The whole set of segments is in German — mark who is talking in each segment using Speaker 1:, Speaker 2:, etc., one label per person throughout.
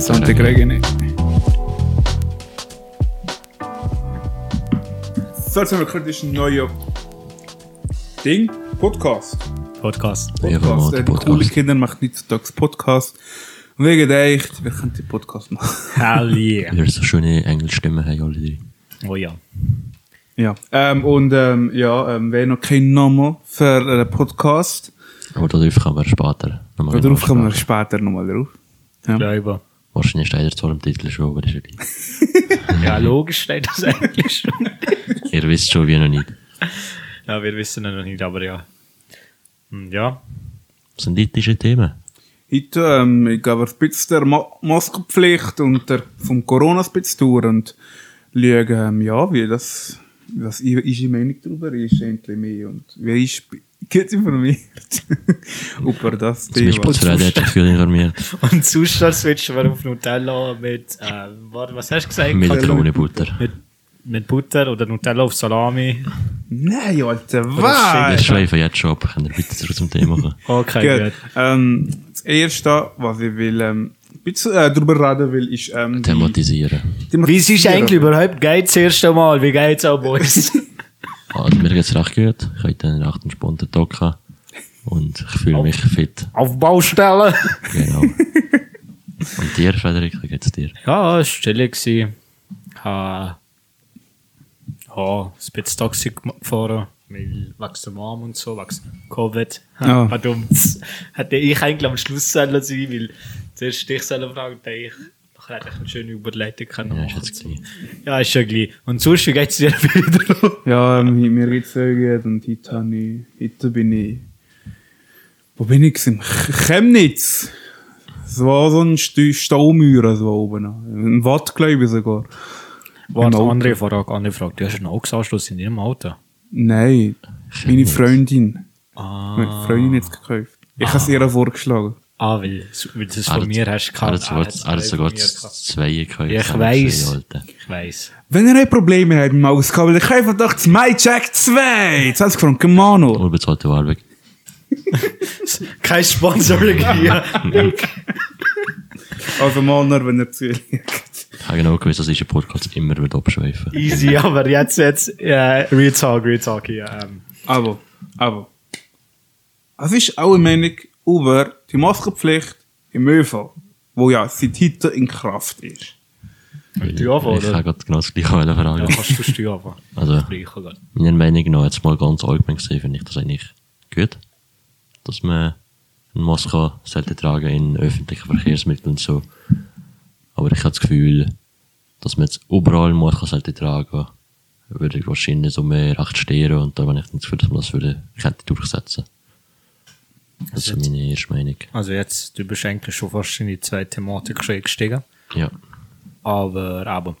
Speaker 1: Santa Cregene.
Speaker 2: Sollte wir kritisch ein neuer Ding? Podcast.
Speaker 3: Podcast.
Speaker 1: Ja,
Speaker 2: Podcast.
Speaker 1: Remote
Speaker 2: Äh,
Speaker 1: Podcast.
Speaker 2: Coole Kinder machen heutzutage Podcast. Und wir gedacht, wir könnten den Podcast machen.
Speaker 3: Hell yeah.
Speaker 1: Weil wir so schöne Engelstimme haben, alle drei.
Speaker 3: Oh ja.
Speaker 2: Ja. Ähm, und ähm, ja, ähm, wer noch keinen Namen für einen Podcast,
Speaker 1: Aber darauf kommen wir später. nochmal in
Speaker 2: darauf kommen wir
Speaker 1: Ansprache.
Speaker 2: später nochmal drauf.
Speaker 3: Ja, über.
Speaker 1: Wahrscheinlich steht er zwar im Titel schon, aber ist egal.
Speaker 3: Ja, logisch steht das eigentlich schon.
Speaker 1: Ihr wisst schon, wie noch nicht.
Speaker 3: ja, wir wissen es noch nicht, aber ja. Hm, Ja.
Speaker 1: Was sind ethische Themen?
Speaker 2: Heute, ähm, ich gebe ein bisschen der Ma Maskenpflicht und der vom Corona ein bisschen durch und schaue, ähm, ja, wie das, was i- ihre Meinung darüber ist, endlich mehr und wer ist b- gut informiert über das
Speaker 1: Zum
Speaker 2: Thema.
Speaker 1: Beispiel zu reden hat sich viel informiert.
Speaker 3: Und sonst dann switchen wir auf Nutella mit, äh, warte, was hast du gesagt?
Speaker 1: Milch ohne Butter.
Speaker 3: mit, mit Butter oder Nutella auf Salami.
Speaker 2: Nein, Alter, was?
Speaker 1: Wir schweifen jetzt schon ab. Könnt ihr bitte zurück zum Thema kommen?
Speaker 3: Okay,
Speaker 2: Gut.
Speaker 3: gut.
Speaker 2: Ähm, das Erste, was ich will, ähm, ein bisschen äh, darüber reden will, ist... Ähm, die-
Speaker 1: Thematisieren.
Speaker 2: die-
Speaker 3: Wie es ist eigentlich überhaupt geht das erste Mal? Wie geht's auch Boys?
Speaker 1: Also, mir geht's recht gut. Ich habe einen recht entspannten Tag gehabt. Und ich fühle mich fit.
Speaker 3: auf Baustelle?
Speaker 1: Genau. Und dir, Frederik, wie geht's dir?
Speaker 3: Ja, es war still. gewesen. Ha. Ja, ein bisschen Taxi gem- gefahren. Weil wächst der Mom und so, wächst Covid.
Speaker 2: Ja.
Speaker 3: Ha, Verdammt. Hätte ich eigentlich am Schluss sollen sein weil zuerst dich selber fragen, dann ich. Nachher hätte ich eine schöne Überleitung können.
Speaker 1: Ja, ist
Speaker 3: machen.
Speaker 1: jetzt gewesen.
Speaker 3: ja, ist schon gleich. Und sonst, wie geht's dir wieder?
Speaker 2: Ja, ähm, mir geht's sehr gut und heute, hab ich, heute bin ich. Wo bin ich? gewesen? Ch- Chemnitz! Es war so ein Stu- Staumauer so oben. Ein Watt, glaube ich sogar. Genau.
Speaker 3: Warte,
Speaker 2: Auto.
Speaker 3: andere Frage, andere Frage. Du hast einen AUX-Anschluss in deinem Auto.
Speaker 2: Nein, meine
Speaker 1: Chemnitz.
Speaker 2: Freundin.
Speaker 3: Ah,
Speaker 2: Meine Freundin jetzt gekauft. Ich hab's ihr vorgeschlagen.
Speaker 3: ah weil, weil du es von
Speaker 1: Er-
Speaker 3: mir hast.
Speaker 1: Er
Speaker 3: gehabt.
Speaker 1: hat sogar,
Speaker 3: Ah, hat's
Speaker 1: er hat sogar
Speaker 3: von mir gehabt.
Speaker 1: zwei gekauft.
Speaker 3: Ja, ich
Speaker 1: Er hat
Speaker 3: weiss.
Speaker 1: zwei alte.
Speaker 3: Ich weiss.
Speaker 2: Wenn ihr nicht Probleme habt mit dem Auskabel, dann kauft doch das MyCheck 2! 20 Franken Mano!
Speaker 1: Unbezahlte Werbung.
Speaker 3: Kein Sponsoring hier.
Speaker 2: Also Manner, wenn ihr zuhört.
Speaker 1: Ich habe genau gewusst, dass ich ein Podcast immer wird abschweifen
Speaker 3: Easy, aber jetzt, jetzt, äh, Real Talk, Real Talk hier. Ähm.
Speaker 2: Aber, aber. Was ist eure Meinung über die Maskenpflicht im ÖV, wo ja seit heute in Kraft ist?
Speaker 1: Ich,
Speaker 3: Du auch,
Speaker 1: ich
Speaker 3: oder?
Speaker 1: kann gerade genau das gleiche wollen
Speaker 3: Ja,
Speaker 1: fragen.
Speaker 3: kannst du aber.
Speaker 1: Also,
Speaker 3: Gleiche,
Speaker 1: meiner Meinung nach, jetzt mal ganz allgemein gesehen, finde ich das eigentlich gut, dass man eine Maske sollte tragen in öffentlichen Verkehrsmitteln und so. Aber ich habe das Gefühl, dass man jetzt überall eine Maske sollte tragen, würde ich wahrscheinlich so mehr recht stehen und da habe ich nicht das Gefühl, dass man das würde, könnte durchsetzen. Das ist meine erste Meinung.
Speaker 3: Also jetzt, du bist eigentlich schon fast in die zweite Thematik schon gestiegen.
Speaker 1: Ja.
Speaker 3: Aber, aber.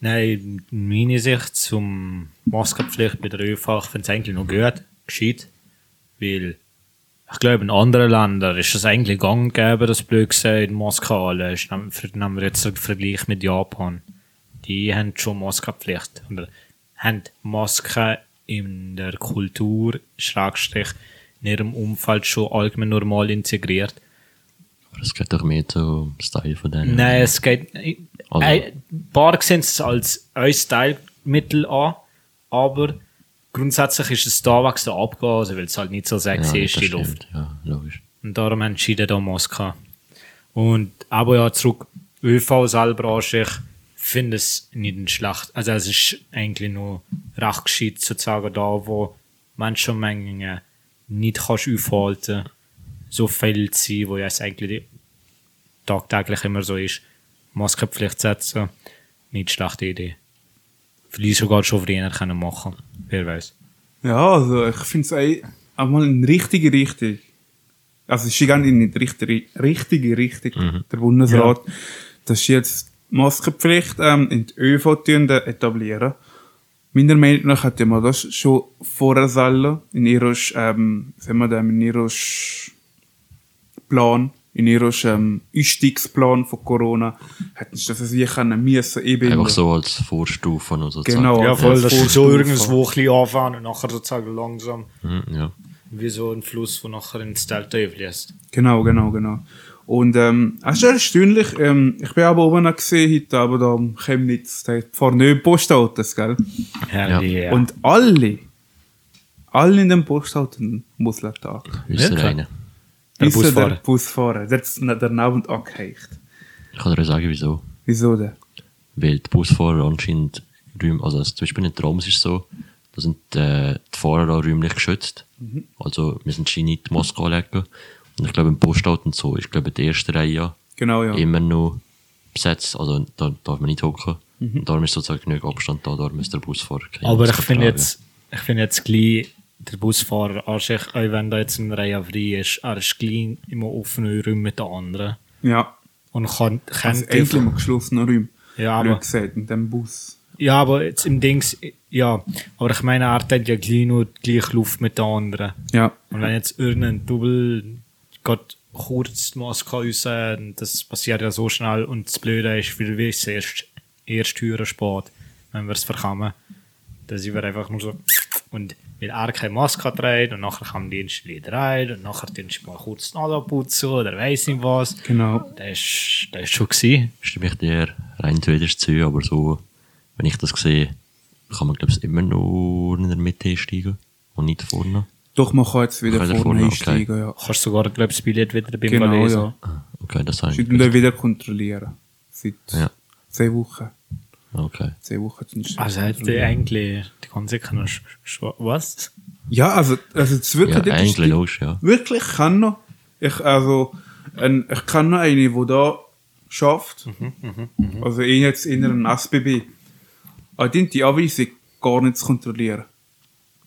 Speaker 3: Nein, meine Sicht zum Maskenpflicht bei der ÖV, ich finde es eigentlich noch gut, gescheit. Weil, ich glaube, in anderen Ländern ist es eigentlich gang und gäbe, dass blöd gesagt, Maske alle ist. Nehmen wir- Nehmen wir jetzt den Vergleich mit Japan. Die haben schon Maskenpflicht. Oder haben Masken in der Kultur, Schrägstrich, in ihrem Umfeld schon allgemein normal integriert.
Speaker 1: Aber es geht doch mehr zum Style von denen.
Speaker 3: Nein, es geht. Ein
Speaker 1: Also-
Speaker 3: ein paar sehen es als ein Style-Mittel an, aber grundsätzlich ist es da wegen der Abgase, weil es halt nicht so
Speaker 1: ja,
Speaker 3: sexy ist, die
Speaker 1: Genau, das
Speaker 3: Luft.
Speaker 1: stimmt. Ja, logisch.
Speaker 3: Und darum haben entschieden, da Maske. Und aber ja, zurück. ÖV selber an sich finde es nicht ein schlecht. Also es ist eigentlich nur recht gescheit sozusagen da, wo Menschenmengen nicht kannst aufhalten So viel zu sein, wo ja es eigentlich die- tagtäglich immer so ist. Maskenpflicht setzen, nicht schlechte Idee. Vielleicht sogar schon früher können machen. Wer weiß.
Speaker 2: Ja, also ich finde es einmal in die richtige Richtung. Also es ist gar nicht in die richtige, richtige Richtung. Der Bundesrat, das ist jetzt die Maskenpflicht ähm, in die ÖV tun, äh, etablieren. Meiner Meinung nach hätte man das schon vorher sollen, in ihrer, ähm, sagen wir dem, in ihrer Plan, in ihrer ähm, Einstiegsplan von Corona, hätten sie das wie können müssen, eben.
Speaker 1: Einfach so als Vorstufe und so.
Speaker 2: Genau.
Speaker 3: Ja, voll,
Speaker 2: als
Speaker 3: dass du so
Speaker 2: Vorstufe.
Speaker 3: irgendwo ein bisschen anfangen und nachher sozusagen langsam
Speaker 1: Mhm, ja.
Speaker 3: wie so ein Fluss, der nachher ins Delta fließt.
Speaker 2: Genau, genau, genau. Und ähm, es ist erstaunlich, ähm, ich bin aber oben noch gesehen heute, aber da in Chemnitz, da hat vor neun Postautos, gell?
Speaker 3: Herrlich, ja.
Speaker 2: Und alle, alle in dem Postauto Muslin Tag.
Speaker 1: Ist
Speaker 3: Wirklich?
Speaker 1: er einer.
Speaker 3: Der
Speaker 2: Bis
Speaker 3: Busfahrer.
Speaker 2: Der Busfahrer, der hat's na- der Abend angeheicht.
Speaker 1: Ich kann dir sagen, wieso.
Speaker 2: Wieso denn?
Speaker 1: Weil die Busfahrer anscheinend räum, also es- zum Beispiel in Troms ist es so, da sind äh, die Fahrer auch räumlich geschützt. Also wir sind scheinbar nicht die Maske anlegen. Und ich glaube, im Postauto und so ist, glaube ich, die erste Reihe
Speaker 2: Genau, ja.
Speaker 1: immer noch besetzt. Also da darf man nicht hocken. Und darum ist sozusagen genug Abstand da, darum ist der Busfahrer keine
Speaker 3: Aber ich
Speaker 1: Maske
Speaker 3: finde
Speaker 1: tragen.
Speaker 3: jetzt, ich finde jetzt gleich, der Busfahrer, auch sich- auch wenn da jetzt eine Reihe frei ist, er ist gleich immer offener Raum mit den anderen.
Speaker 2: Ja.
Speaker 3: Und kann, kann
Speaker 2: Also endlich mal geschlossen Räume.
Speaker 3: Ja, aber-
Speaker 2: Wie gesagt, in dem Bus.
Speaker 3: Ja, aber jetzt im Dings, ja. Aber ich meine, er hat ja gleich nur gleich Luft mit den anderen.
Speaker 2: Ja.
Speaker 3: Und wenn jetzt irgendein Double Gott kurz die Maske raus, und das passiert ja so schnell und das Blöde ist, weil wir es erst, erst hören spät, wenn wir es verkommen. Dann sind wir einfach nur so und weil er keine Maske trägt und nachher kann die Dienstleute rein und nachher den mal kurz die Nase putzen oder weiss nicht was.
Speaker 2: Genau.
Speaker 3: Das ist, das ist schon gewesen.
Speaker 1: stimme ich dir rein theoretisch zu, aber so, wenn ich das sehe, kann man, glaube ich, immer nur in der Mitte einsteigen und nicht vorne.
Speaker 2: Doch, man kann jetzt wieder
Speaker 1: Kann
Speaker 2: vorne,
Speaker 1: wieder vorne,
Speaker 2: einsteigen, ja.
Speaker 3: Kannst sogar, glaube ich, das Billett wieder beim
Speaker 2: Genau,
Speaker 3: Lesen.
Speaker 2: ja.
Speaker 1: Ah, Okay, das habe ich.
Speaker 2: Ich will wieder kontrollieren. Seit
Speaker 1: Ja.
Speaker 2: zwei Wochen.
Speaker 1: Okay.
Speaker 2: Zwei Wochen sind es
Speaker 3: Also hätte
Speaker 2: kontrolliert.
Speaker 3: eigentlich die ganze kann was?
Speaker 2: Ja, also, also das wirklich,
Speaker 1: Ja,
Speaker 2: das ist
Speaker 1: eigentlich
Speaker 2: die-
Speaker 1: logisch, ja.
Speaker 2: wirklich kann noch. Ich, also, ein, ich kann noch eine, die da schafft. also, ich jetzt in einem SBB. Aber Ah, die, die Anweisung gar nicht zu kontrollieren.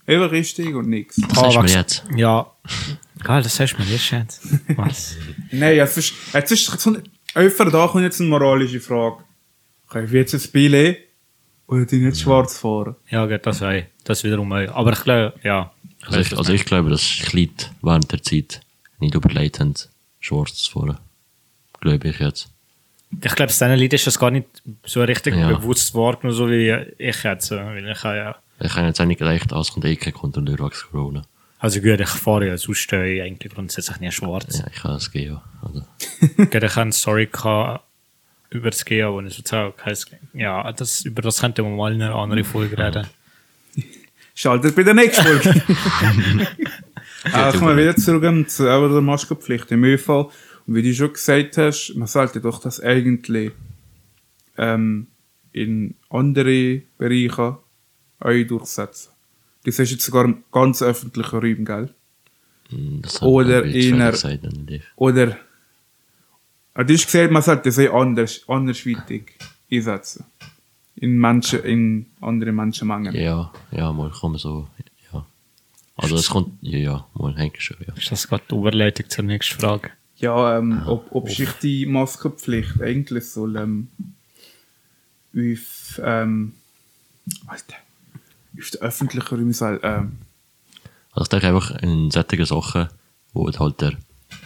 Speaker 2: Einfach richtig und nichts.
Speaker 1: Das hast du mir jetzt.
Speaker 3: Ja. Geil, das hast du mir jetzt jetzt. Was?
Speaker 2: Nein, jetzt ist, jetzt ist so ein, öfter da kommt jetzt eine moralische Frage. Kann ich jetzt ein Spiel oder die nicht schwarz fahren?
Speaker 3: ja, gut, das sei. Das wiederum auch. Aber ich glaube, ja. Ich
Speaker 1: Also ich, also ich glaube, dass sich die Leute während der Zeit nicht überlegt haben, schwarz zu fahren. Glaube ich jetzt.
Speaker 3: ich glaube, es diesen Leuten ist das gar nicht so richtig
Speaker 1: Ja.
Speaker 3: bewusst wahrgenommen, so wie ich jetzt. äh, Weil ich habe ja.
Speaker 1: Ich habe jetzt auch nicht gedacht, als kommt eh kein Kontrolleur wegen Corona.
Speaker 3: Also gut, ich fahre ja sonst äh, eigentlich grundsätzlich nie schwarz.
Speaker 1: Ja, ich kann es gehen, ja. Also,
Speaker 3: Gut, ich habe eine Story gehabt über das GEA, wo ich sozusagen heisst, ja, das, über das könnten wir mal in einer anderen Folge reden.
Speaker 2: Schaltet bei der nächsten Folge. äh, kommen wir wieder zurück ähm, zu aber der Maskenpflicht im ÖV. Und wie du schon gesagt hast, man sollte doch das eigentlich ähm, in andere Bereiche auch durchsetzen. Das ist jetzt sogar im ganz öffentlichen Raum, gell?
Speaker 1: mh, das
Speaker 2: Oder
Speaker 1: habe ich jetzt
Speaker 2: eher-
Speaker 1: schon gesagt, dann nicht ich.
Speaker 2: Oder Ah, du hast gesagt, man sollte sie anders, andersweitig einsetzen. In Menschen, in andere Menschenmengen.
Speaker 1: Ja, ja, mal kann man so. Ja. Also es kommt. Ja, ja, mal hängt schon, ja.
Speaker 3: Ist das gerade die Überleitung zur nächsten Frage?
Speaker 2: Ja, ähm, ob, ob sich die Maskenpflicht eigentlich soll ähm, auf, ähm, Alter, auf den öffentlichen Raum soll, ähm,
Speaker 1: Also ich denke einfach in solchen Sachen, wo halt der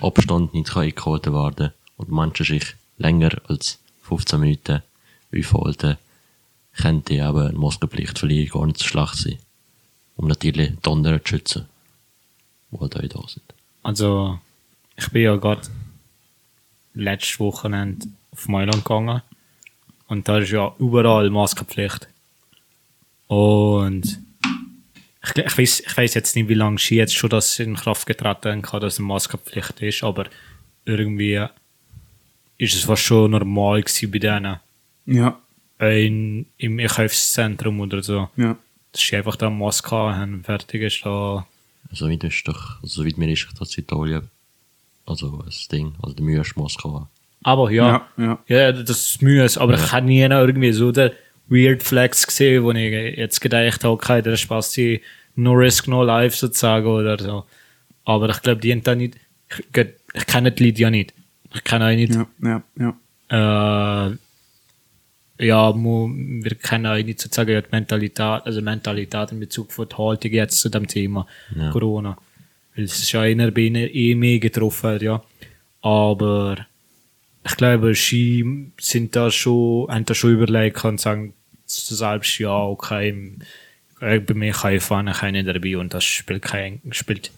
Speaker 1: Abstand nicht kann eingehalten werden und Menschen sich länger als 15 Minuten aufhalten, könnte eben eine Maskenpflicht vielleicht gar nicht so schlecht sein. Um natürlich die anderen zu schützen, die halt auch da sind.
Speaker 3: Also, ich bin ja gerade letztes Wochenende auf Mailand gegangen. Und da ist ja überall Maskenpflicht. Und ich, ich weiß ich weiss jetzt nicht, wie lange sie jetzt schon das in Kraft getreten kann, dass eine Maskenpflicht ist, aber irgendwie ist es fast schon normal gewesen bei denen.
Speaker 2: ja,
Speaker 3: Ein, Im Einkaufszentrum oder so.
Speaker 2: ja.
Speaker 3: Dass sie einfach da eine Maske haben und fertig ist da.
Speaker 1: Soweit ist doch, also soweit mir ist das in Italien, also das Ding, also der Mühe Maske haben.
Speaker 3: Aber ja,
Speaker 2: Ja, ja.
Speaker 3: ja. das ist mühsam. Aber ich habe nie irgendwie so den Weird Flex gesehen, wo ich jetzt gedacht habe, okay, der passt die No Risk, No Life sozusagen oder so. Aber ich glaube, die haben da nicht, ich, gut, ich kenne die Leute ja nicht. Ich kenne auch nicht,
Speaker 2: Ja, ja, ja.
Speaker 3: ja, äh, ja mu, wir kennen auch nicht sozusagen ja, die Mentalität, also Mentalität in Bezug auf die Haltung jetzt zu dem Thema
Speaker 1: Ja.
Speaker 3: Corona. Weil es ist ja einer bei ihnen eh mehr getroffen, hat, ja. Aber ich glaube, sie sind da schon, haben da schon überlegt und sagen zu selbst, ja, okay, im- äh, bei mir kann ich fahren, kann ich nicht dabei und das spielt, kein, spielt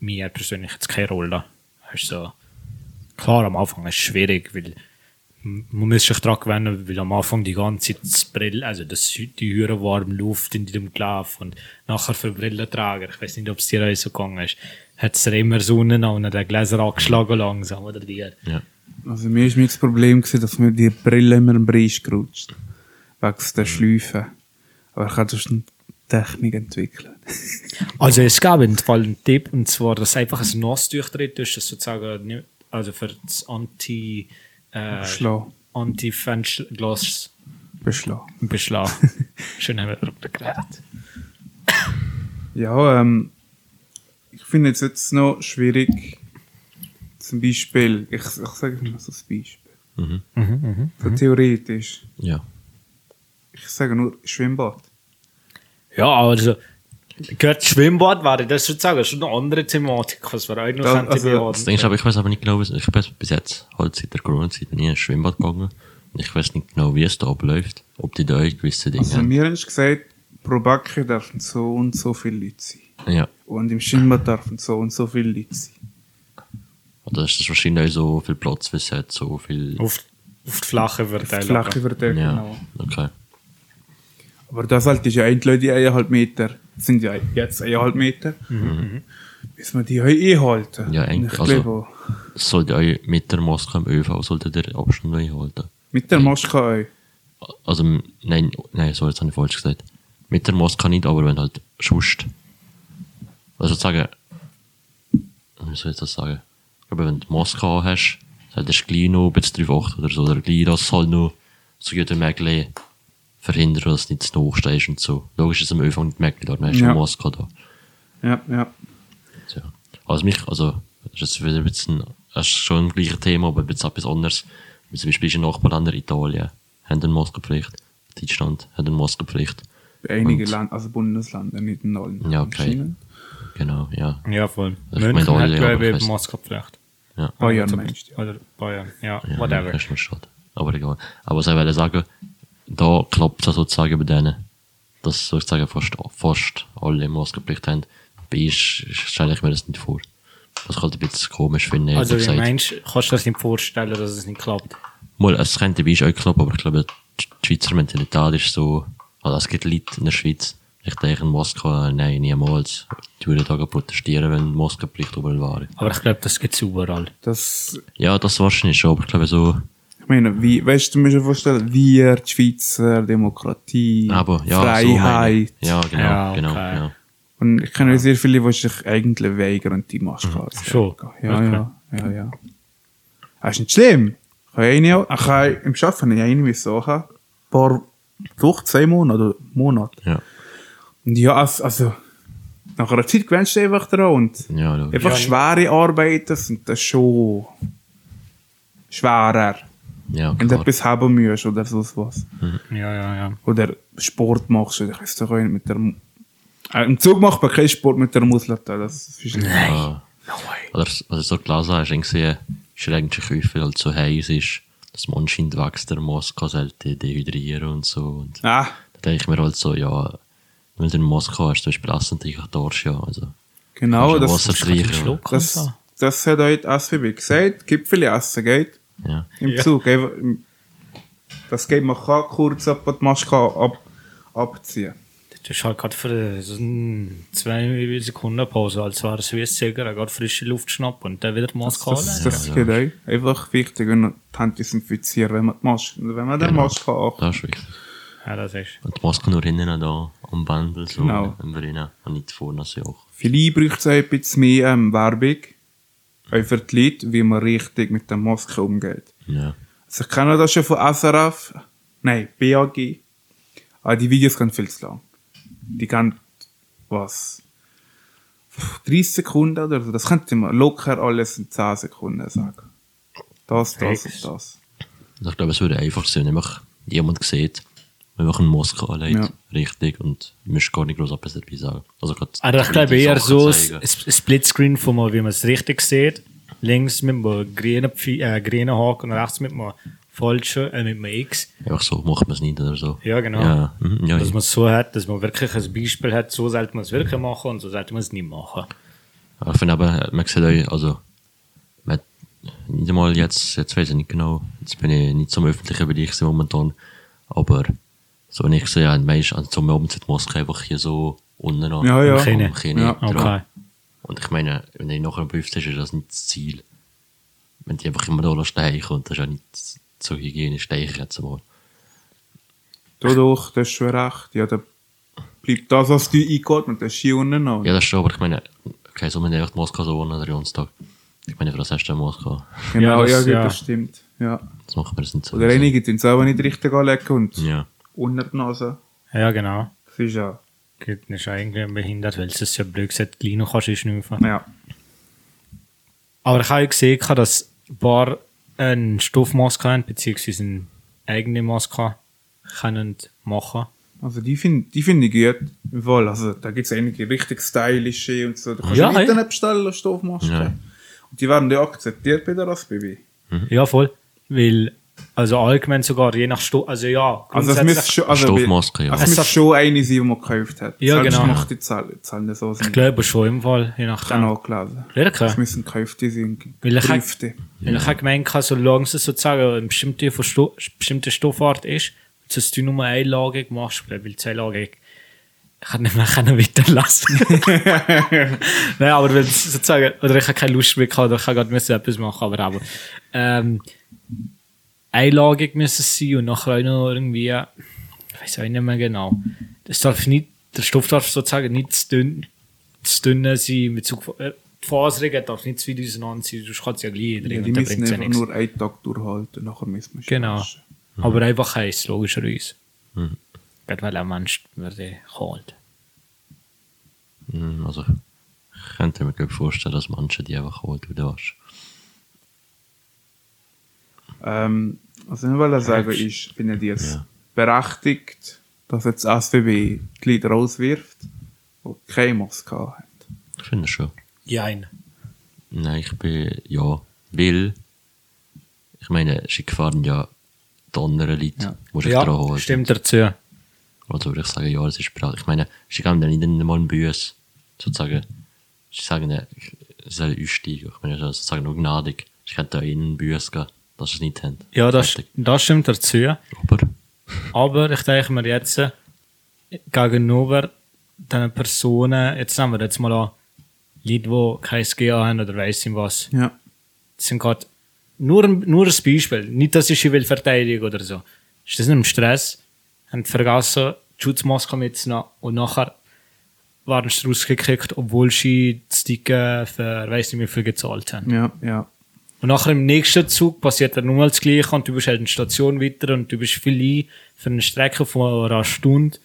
Speaker 3: mir persönlich jetzt keine Rolle. Also, klar, am Anfang ist es schwierig, weil m- man muss sich daran gewöhnen, weil am Anfang die ganze Zeit das Brill, also das, die höhere warme Luft in deinem Glav und nachher für Brillenträger, ich weiß nicht, ob es dir auch so gegangen ist, hat es dir immer Sonne an und den Gläser angeschlagen langsam oder dir.
Speaker 1: Ja.
Speaker 2: Also mir war das Problem, gewesen, dass mir die Brille immer im Preis gerutscht. Wegen der Schleifen. Aber ich habe sonst eine Technik entwickelt.
Speaker 3: Also es gab im Fall einen Tipp, und zwar, dass einfach ein Nasstuch drin ist, das sozusagen nicht, also für das Anti... Äh,
Speaker 2: Beschlag.
Speaker 3: Anti-Fensterglas
Speaker 2: Beschlag.
Speaker 3: Beschlag. Schön haben wir darüber geredet.
Speaker 2: Ja, ähm, ich finde es jetzt noch schwierig. Zum Beispiel, ich, ich sage mal so ein Beispiel.
Speaker 1: Mhm.
Speaker 2: So theoretisch.
Speaker 1: Ja.
Speaker 2: Ich sage nur Schwimmbad.
Speaker 3: Ja, also, gehört Schwimmbad, wäre das sozusagen schon eine andere Thematik, was wir auch noch
Speaker 2: Ja, also-
Speaker 3: könnten
Speaker 1: Das
Speaker 3: beantworten.
Speaker 1: Ding ist aber, ich weiß aber nicht genau, was- ich bin bis jetzt halt seit der Corona-Zeit nie ins Schwimmbad gegangen. Und ich weiß nicht genau, wie es da abläuft. Ob die da auch gewisse Dinge
Speaker 2: Also
Speaker 1: haben.
Speaker 2: mir haben sie gesagt, pro Backe dürfen so und so viele Leute sein.
Speaker 1: Ja.
Speaker 2: Und im Schwimmbad dürfen so und so viele Leute sein.
Speaker 1: Und da ist das wahrscheinlich auch so viel Platz, wie es hat, so viel.
Speaker 3: Auf, auf die flache Verteilung.
Speaker 2: Flach über der,
Speaker 1: ja.
Speaker 2: Oh, genau.
Speaker 1: Okay.
Speaker 2: Aber das halt ist ja eigentlich die eineinhalb Meter. Sind ja jetzt eineinhalb Meter.
Speaker 1: Mhm,
Speaker 2: Müssen wir die heute einhalten.
Speaker 1: Ja, eigentlich,
Speaker 2: Ich
Speaker 1: also-
Speaker 2: glaube auch.
Speaker 1: Es sollte euch mit der Maske im ÖV solltet ihr Abstand einhalten.
Speaker 2: Mit der Maske auch.
Speaker 1: Also, m- nein, nein, so jetzt habe ich falsch gesagt. Mit der Maske nicht, aber wenn halt schust. Also sozusagen, wie soll ich das sagen? Aber wenn du die Maske an hast, solltest du gleich noch ein bisschen drauf achten oder so. Oder gleich das halt noch so gut wie möglich verhindern, dass du nicht zu hoch stehst und so. Logisch ist es am ÖV nicht möglich, da hast du
Speaker 2: Ja.
Speaker 1: eine Maske da.
Speaker 2: Ja, ja.
Speaker 1: Ja. Also mich, also, das ist jetzt wieder ein bisschen, das ist schon ein gleiches Thema, aber ein bisschen etwas anderes. Wie zum Beispiel unsere Nachbarländer Italien haben eine Maskenpflicht. Deutschland hat eine Maskenpflicht.
Speaker 2: Bei einigen
Speaker 1: Und-
Speaker 2: Land, also Bundesländern, nicht in allen.
Speaker 1: Ja, okay.
Speaker 2: Anscheinend.
Speaker 1: Genau, ja.
Speaker 3: Ja, voll.
Speaker 1: Ich meine,
Speaker 3: München
Speaker 1: alle,
Speaker 3: hat,
Speaker 1: aber
Speaker 3: glaube
Speaker 1: ich
Speaker 3: ich,
Speaker 1: weiß-
Speaker 3: Maskenpflicht.
Speaker 1: Ah, ja.
Speaker 2: Bayern
Speaker 3: Oder-
Speaker 2: meinst du?
Speaker 3: Oder Bayern, ja,
Speaker 1: ja
Speaker 3: whatever.
Speaker 1: Das ist mir schade. Aber egal. Aber was ich wollte sagen, da klappt es sozusagen bei denen, dass sozusagen fast, fast alle Maskenpflicht haben. Bei uns stelle ich mir das nicht vor. Was ich halt ein bisschen komisch finde.
Speaker 3: Also,
Speaker 1: ehrlich
Speaker 3: wie
Speaker 1: gesagt.
Speaker 3: meinst du, kannst du dir das nicht vorstellen, dass es nicht klappt?
Speaker 1: Mal, es könnte bei uns auch klappen, aber ich glaube, die Schweizer Mentalität ist so, also es gibt Leute in der Schweiz, ich denke, in Moskau, äh, nein, niemals. Die würden da protestieren, wenn die Maskenpflicht überall wäre.
Speaker 3: Aber ich glaube, das gibt es überall.
Speaker 2: Das,
Speaker 1: Ja, das wahrscheinlich schon, aber ich glaube so,
Speaker 2: ich meine, wie, weißt du, du musst dir vorstellen, wir, die Schweizer, Demokratie,
Speaker 1: aber, ja, so meine ich.
Speaker 2: Freiheit.
Speaker 1: Ja, genau,
Speaker 3: Ja,
Speaker 1: genau,
Speaker 3: okay.
Speaker 1: ja.
Speaker 2: Und ich kenne sehr viele, die sich eigentlich weigern, die Maske
Speaker 1: Mhm.
Speaker 2: anzuziehen.
Speaker 3: Schon?
Speaker 2: Ja,
Speaker 3: Okay.
Speaker 2: ja, ja, ja. Das ist nicht schlimm. Ich habe eine, ich habe im Arbeiten eine müssen auch haben. Ein paar Wochen, zwei Monate oder Monate.
Speaker 1: Ja,
Speaker 2: Und ja, also, also nach einer Zeit gewöhnst du dich einfach daran. Und
Speaker 1: ja, logisch.
Speaker 2: einfach schwere Arbeiten sind das schon schwerer.
Speaker 1: ja,
Speaker 2: Wenn du
Speaker 1: klar.
Speaker 2: etwas haben musst oder so was.
Speaker 3: Ja, ja, ja.
Speaker 2: Oder Sport machst. Oder ich weiß doch auch nicht, mit der... Mu- Äh, Im Zug macht man keinen Sport mit der Muslata. Das ist
Speaker 1: Ja. Oder s- was ich so gelesen habe, ist irgendwie, ist er eigentlich häufig, weil es so heiß ist, dass man anscheinend wächst der Moskau sollte dehydrieren und so. Und
Speaker 2: Ah,
Speaker 1: Da denke ich mir halt so, ja, wenn du in Moskau hast, du bist belastend, ich darfst ja. Also,
Speaker 2: genau.
Speaker 1: kannst du
Speaker 2: Das,
Speaker 1: Wasser trinken.
Speaker 3: Schluck
Speaker 2: das,
Speaker 3: runter.
Speaker 2: das hat heute SWB gesagt. Gipfel essen geht
Speaker 1: Ja.
Speaker 2: im
Speaker 3: Ja.
Speaker 2: Zug. Einfach im- Das geht, man kann kurz ab die Maske ab, abziehen.
Speaker 3: Das ist halt gerade für so eine 2 Sekunden Pause, als wäre es wie ein Zögerer, gerade frische Luft schnappen und dann wieder die Maske
Speaker 2: Das,
Speaker 3: holen.
Speaker 2: das geht auch. Einfach wichtig, wenn man die Hände desinfizieren, wenn man die Maske, wenn man der
Speaker 1: Genau.
Speaker 2: Maske achtet.
Speaker 1: Das ist wichtig.
Speaker 3: Ja, das ist.
Speaker 1: Und die Maske nur hinten da am Bändel, so
Speaker 2: Genau.
Speaker 1: wenn wir rein und nicht vorne also, so auch.
Speaker 2: Vielleicht braucht es auch ein bisschen mehr ähm, Werbung. Auch für die Leute, wie man richtig mit der Maske umgeht.
Speaker 1: Ja.
Speaker 2: Also ich kenne das schon von SRF. Nein, BAG. Aber Ah, die Videos gehen viel zu lang. Die gehen, was? 30 Sekunden oder so. Das könnte man locker alles in 10 Sekunden sagen. Das, das
Speaker 3: Fix.
Speaker 2: und das.
Speaker 1: Und ich glaube, es würde einfach sein, wenn einfach jemand sieht, wenn man eine Maske anlegt,
Speaker 2: Ja.
Speaker 1: richtig, und du musst gar nicht groß etwas dabei sagen. Also, gerade
Speaker 3: Also ich
Speaker 1: die
Speaker 3: glaube eher
Speaker 1: Sachen
Speaker 3: so ein
Speaker 1: zeigen.
Speaker 3: ein Splitscreen, von mal, wie man es richtig sieht. Links mit einem grünen, Pfeil- äh, grünen Haken und rechts mit einem falschen, äh, mit einem X.
Speaker 1: Einfach so macht man es nicht oder so.
Speaker 3: Ja, genau.
Speaker 1: Ja, mhm, ja,
Speaker 3: Dass
Speaker 1: ja.
Speaker 3: man es so hat, dass man wirklich ein Beispiel hat, so sollte man es wirklich machen und so sollte man es nicht machen.
Speaker 1: Aber ich finde eben, man sieht euch, also, man hat nicht mal jetzt, jetzt weiß ich nicht genau, jetzt bin ich nicht zum öffentlichen Bereich gewesen momentan, aber so wenn ich sehe, ja, meist an so einem Abend sind die Moschee einfach hier so unten an,
Speaker 2: Ja, ja.
Speaker 1: am Kinn,
Speaker 3: Am
Speaker 1: Kinn
Speaker 2: Ja,
Speaker 1: dran.
Speaker 3: Okay.
Speaker 1: Und ich meine, wenn du nachher prüfst, ist das nicht das Ziel. Wenn die einfach immer da steichen und das ist auch nicht so hygienisch steichen jetzt mal.
Speaker 2: Dadurch, das ist schon recht. Ja, da bleibt das, was du eingeht, mit der Ski unten an.
Speaker 1: Ja, das schon, aber ich meine, okay, so wenn ich echt Moskau so an den ganzen Tag. Ich meine, für das erste Moskau.
Speaker 2: Genau,
Speaker 3: Ja, das-
Speaker 2: ja, gut,
Speaker 3: ja.
Speaker 2: das stimmt. Ja.
Speaker 1: Das machen wir das nicht so.
Speaker 2: Oder einige tun es auch nicht richtig anlegen und
Speaker 1: Also- Ja.
Speaker 2: unter die Nase.
Speaker 3: Ja, genau.
Speaker 2: Das ist ja.
Speaker 3: Gut, Das ist ja irgendwie behindert, weil es ist ja blöd gesagt, gleich noch kannst du schnüffeln.
Speaker 2: Ja.
Speaker 3: Aber ich habe auch gesehen, dass ein paar eine Stoffmaske haben, beziehungsweise eine eigene Maske können machen.
Speaker 2: Also die finde die find ich gut. Im Fall, also da gibt es einige richtig stylische und so. Du kannst
Speaker 3: Ja,
Speaker 2: im
Speaker 3: hey.
Speaker 2: Internet bestellen, eine Stoffmaske.
Speaker 1: Ja.
Speaker 2: Und die werden ja akzeptiert bei der Raspberry.
Speaker 3: Ja, voll. Weil, also allgemein sogar, je nach Stoff, also ja,
Speaker 2: Also es
Speaker 3: grundsätzlich-
Speaker 2: müsste schon, also
Speaker 1: Stoffmaske, ja.
Speaker 2: Es
Speaker 1: Es
Speaker 2: müsste
Speaker 3: hat-
Speaker 2: schon eine sein, die man gekauft hat.
Speaker 3: Ja,
Speaker 2: Selbst
Speaker 3: genau.
Speaker 2: macht die Zahlen, die Zahlen so
Speaker 3: ich
Speaker 2: sind.
Speaker 3: glaube schon im Fall,
Speaker 2: Kann
Speaker 3: je nachdem.
Speaker 2: nachgelesen.
Speaker 3: Genau. Wirklich?
Speaker 2: Es müssen gekaufte sein,
Speaker 3: Weil ich-
Speaker 2: geprüfte.
Speaker 3: äh, Weil ich habe gemeint, habe, solange es sozusagen eine bestimmte, von Sto bestimmte Stoffart ist, dass du nur eine Lage machst, weil zwei Lagen kann nicht mehr können weiterlassen. Nein, aber wenn es sozusagen, oder ich habe keine Lust mehr gehabt, oder ich habe gerade müssen etwas machen, aber aber ähm, einlagig müssen es sein und nachher auch noch irgendwie, ich weiß auch nicht mehr genau. Es darf nicht, der Stoff darf sozusagen nicht zu dünn, zu dünn sein, in Bezug auf äh, die Faserung darf nicht zu weit auseinander sein, sonst kann es ja gleich
Speaker 2: Ja,
Speaker 3: drin
Speaker 2: die
Speaker 3: und dann
Speaker 2: müssen
Speaker 3: bringt es ja
Speaker 2: einfach
Speaker 3: nichts.
Speaker 2: nur einen Tag durchhalten, nachher müssen wir schon
Speaker 3: Genau.
Speaker 2: waschen.
Speaker 3: Aber einfach heiß, logischerweise.
Speaker 1: Mhm.
Speaker 3: Gerade weil ein Mensch würde kalt.
Speaker 1: Mm, Also, ich könnte mir gut vorstellen, dass manche die einfach holt oder was.
Speaker 2: Ähm, was ich wollte sagen
Speaker 3: Selbst-
Speaker 2: ist, bin ich jetzt
Speaker 1: Ja.
Speaker 2: berechtigt, dass jetzt das SBB die Leute rauswirft, die keine Maske haben.
Speaker 1: Ich finde schon.
Speaker 3: Jein.
Speaker 1: Nein, ich bin, ja, weil, ich meine, sie gefahren ja die anderen Leute,
Speaker 2: Ja.
Speaker 1: die sich dran
Speaker 3: Ja,
Speaker 1: holen.
Speaker 3: stimmt dazu.
Speaker 1: Also würde ich sagen, ja, es ist berechtigt. Ich meine, sie geben dann nicht mal einen Büß, sozusagen. Sie sagen, äh, sie sollen aussteigen. Ich meine, das ist sozusagen nur gnadig. Sie könnten auch ihnen einen Büß geben, dass sie es nicht haben.
Speaker 3: Ja, das,
Speaker 1: Fertig.
Speaker 3: das stimmt dazu.
Speaker 1: Aber,
Speaker 3: Aber ich denke mir jetzt, äh, gegenüber den Personen, jetzt nehmen wir jetzt mal an, Leute, die kein GA haben oder weiss ich was,
Speaker 2: Ja.
Speaker 3: Das sind gerade nur, ein- nur ein Beispiel. Nicht, dass ich sie will verteidigen oder so. Ist das nicht im Stress? Haben vergessen, die Schutzmaske mitzunehmen und nachher waren sie rausgekickt, obwohl sie das Ticket für weiss nicht wie viel gezahlt haben.
Speaker 2: Ja, ja.
Speaker 3: Und nachher im nächsten Zug passiert dann nochmal das Gleiche und du bist halt eine Station weiter und du bist vielleicht für eine Strecke von einer Stunde,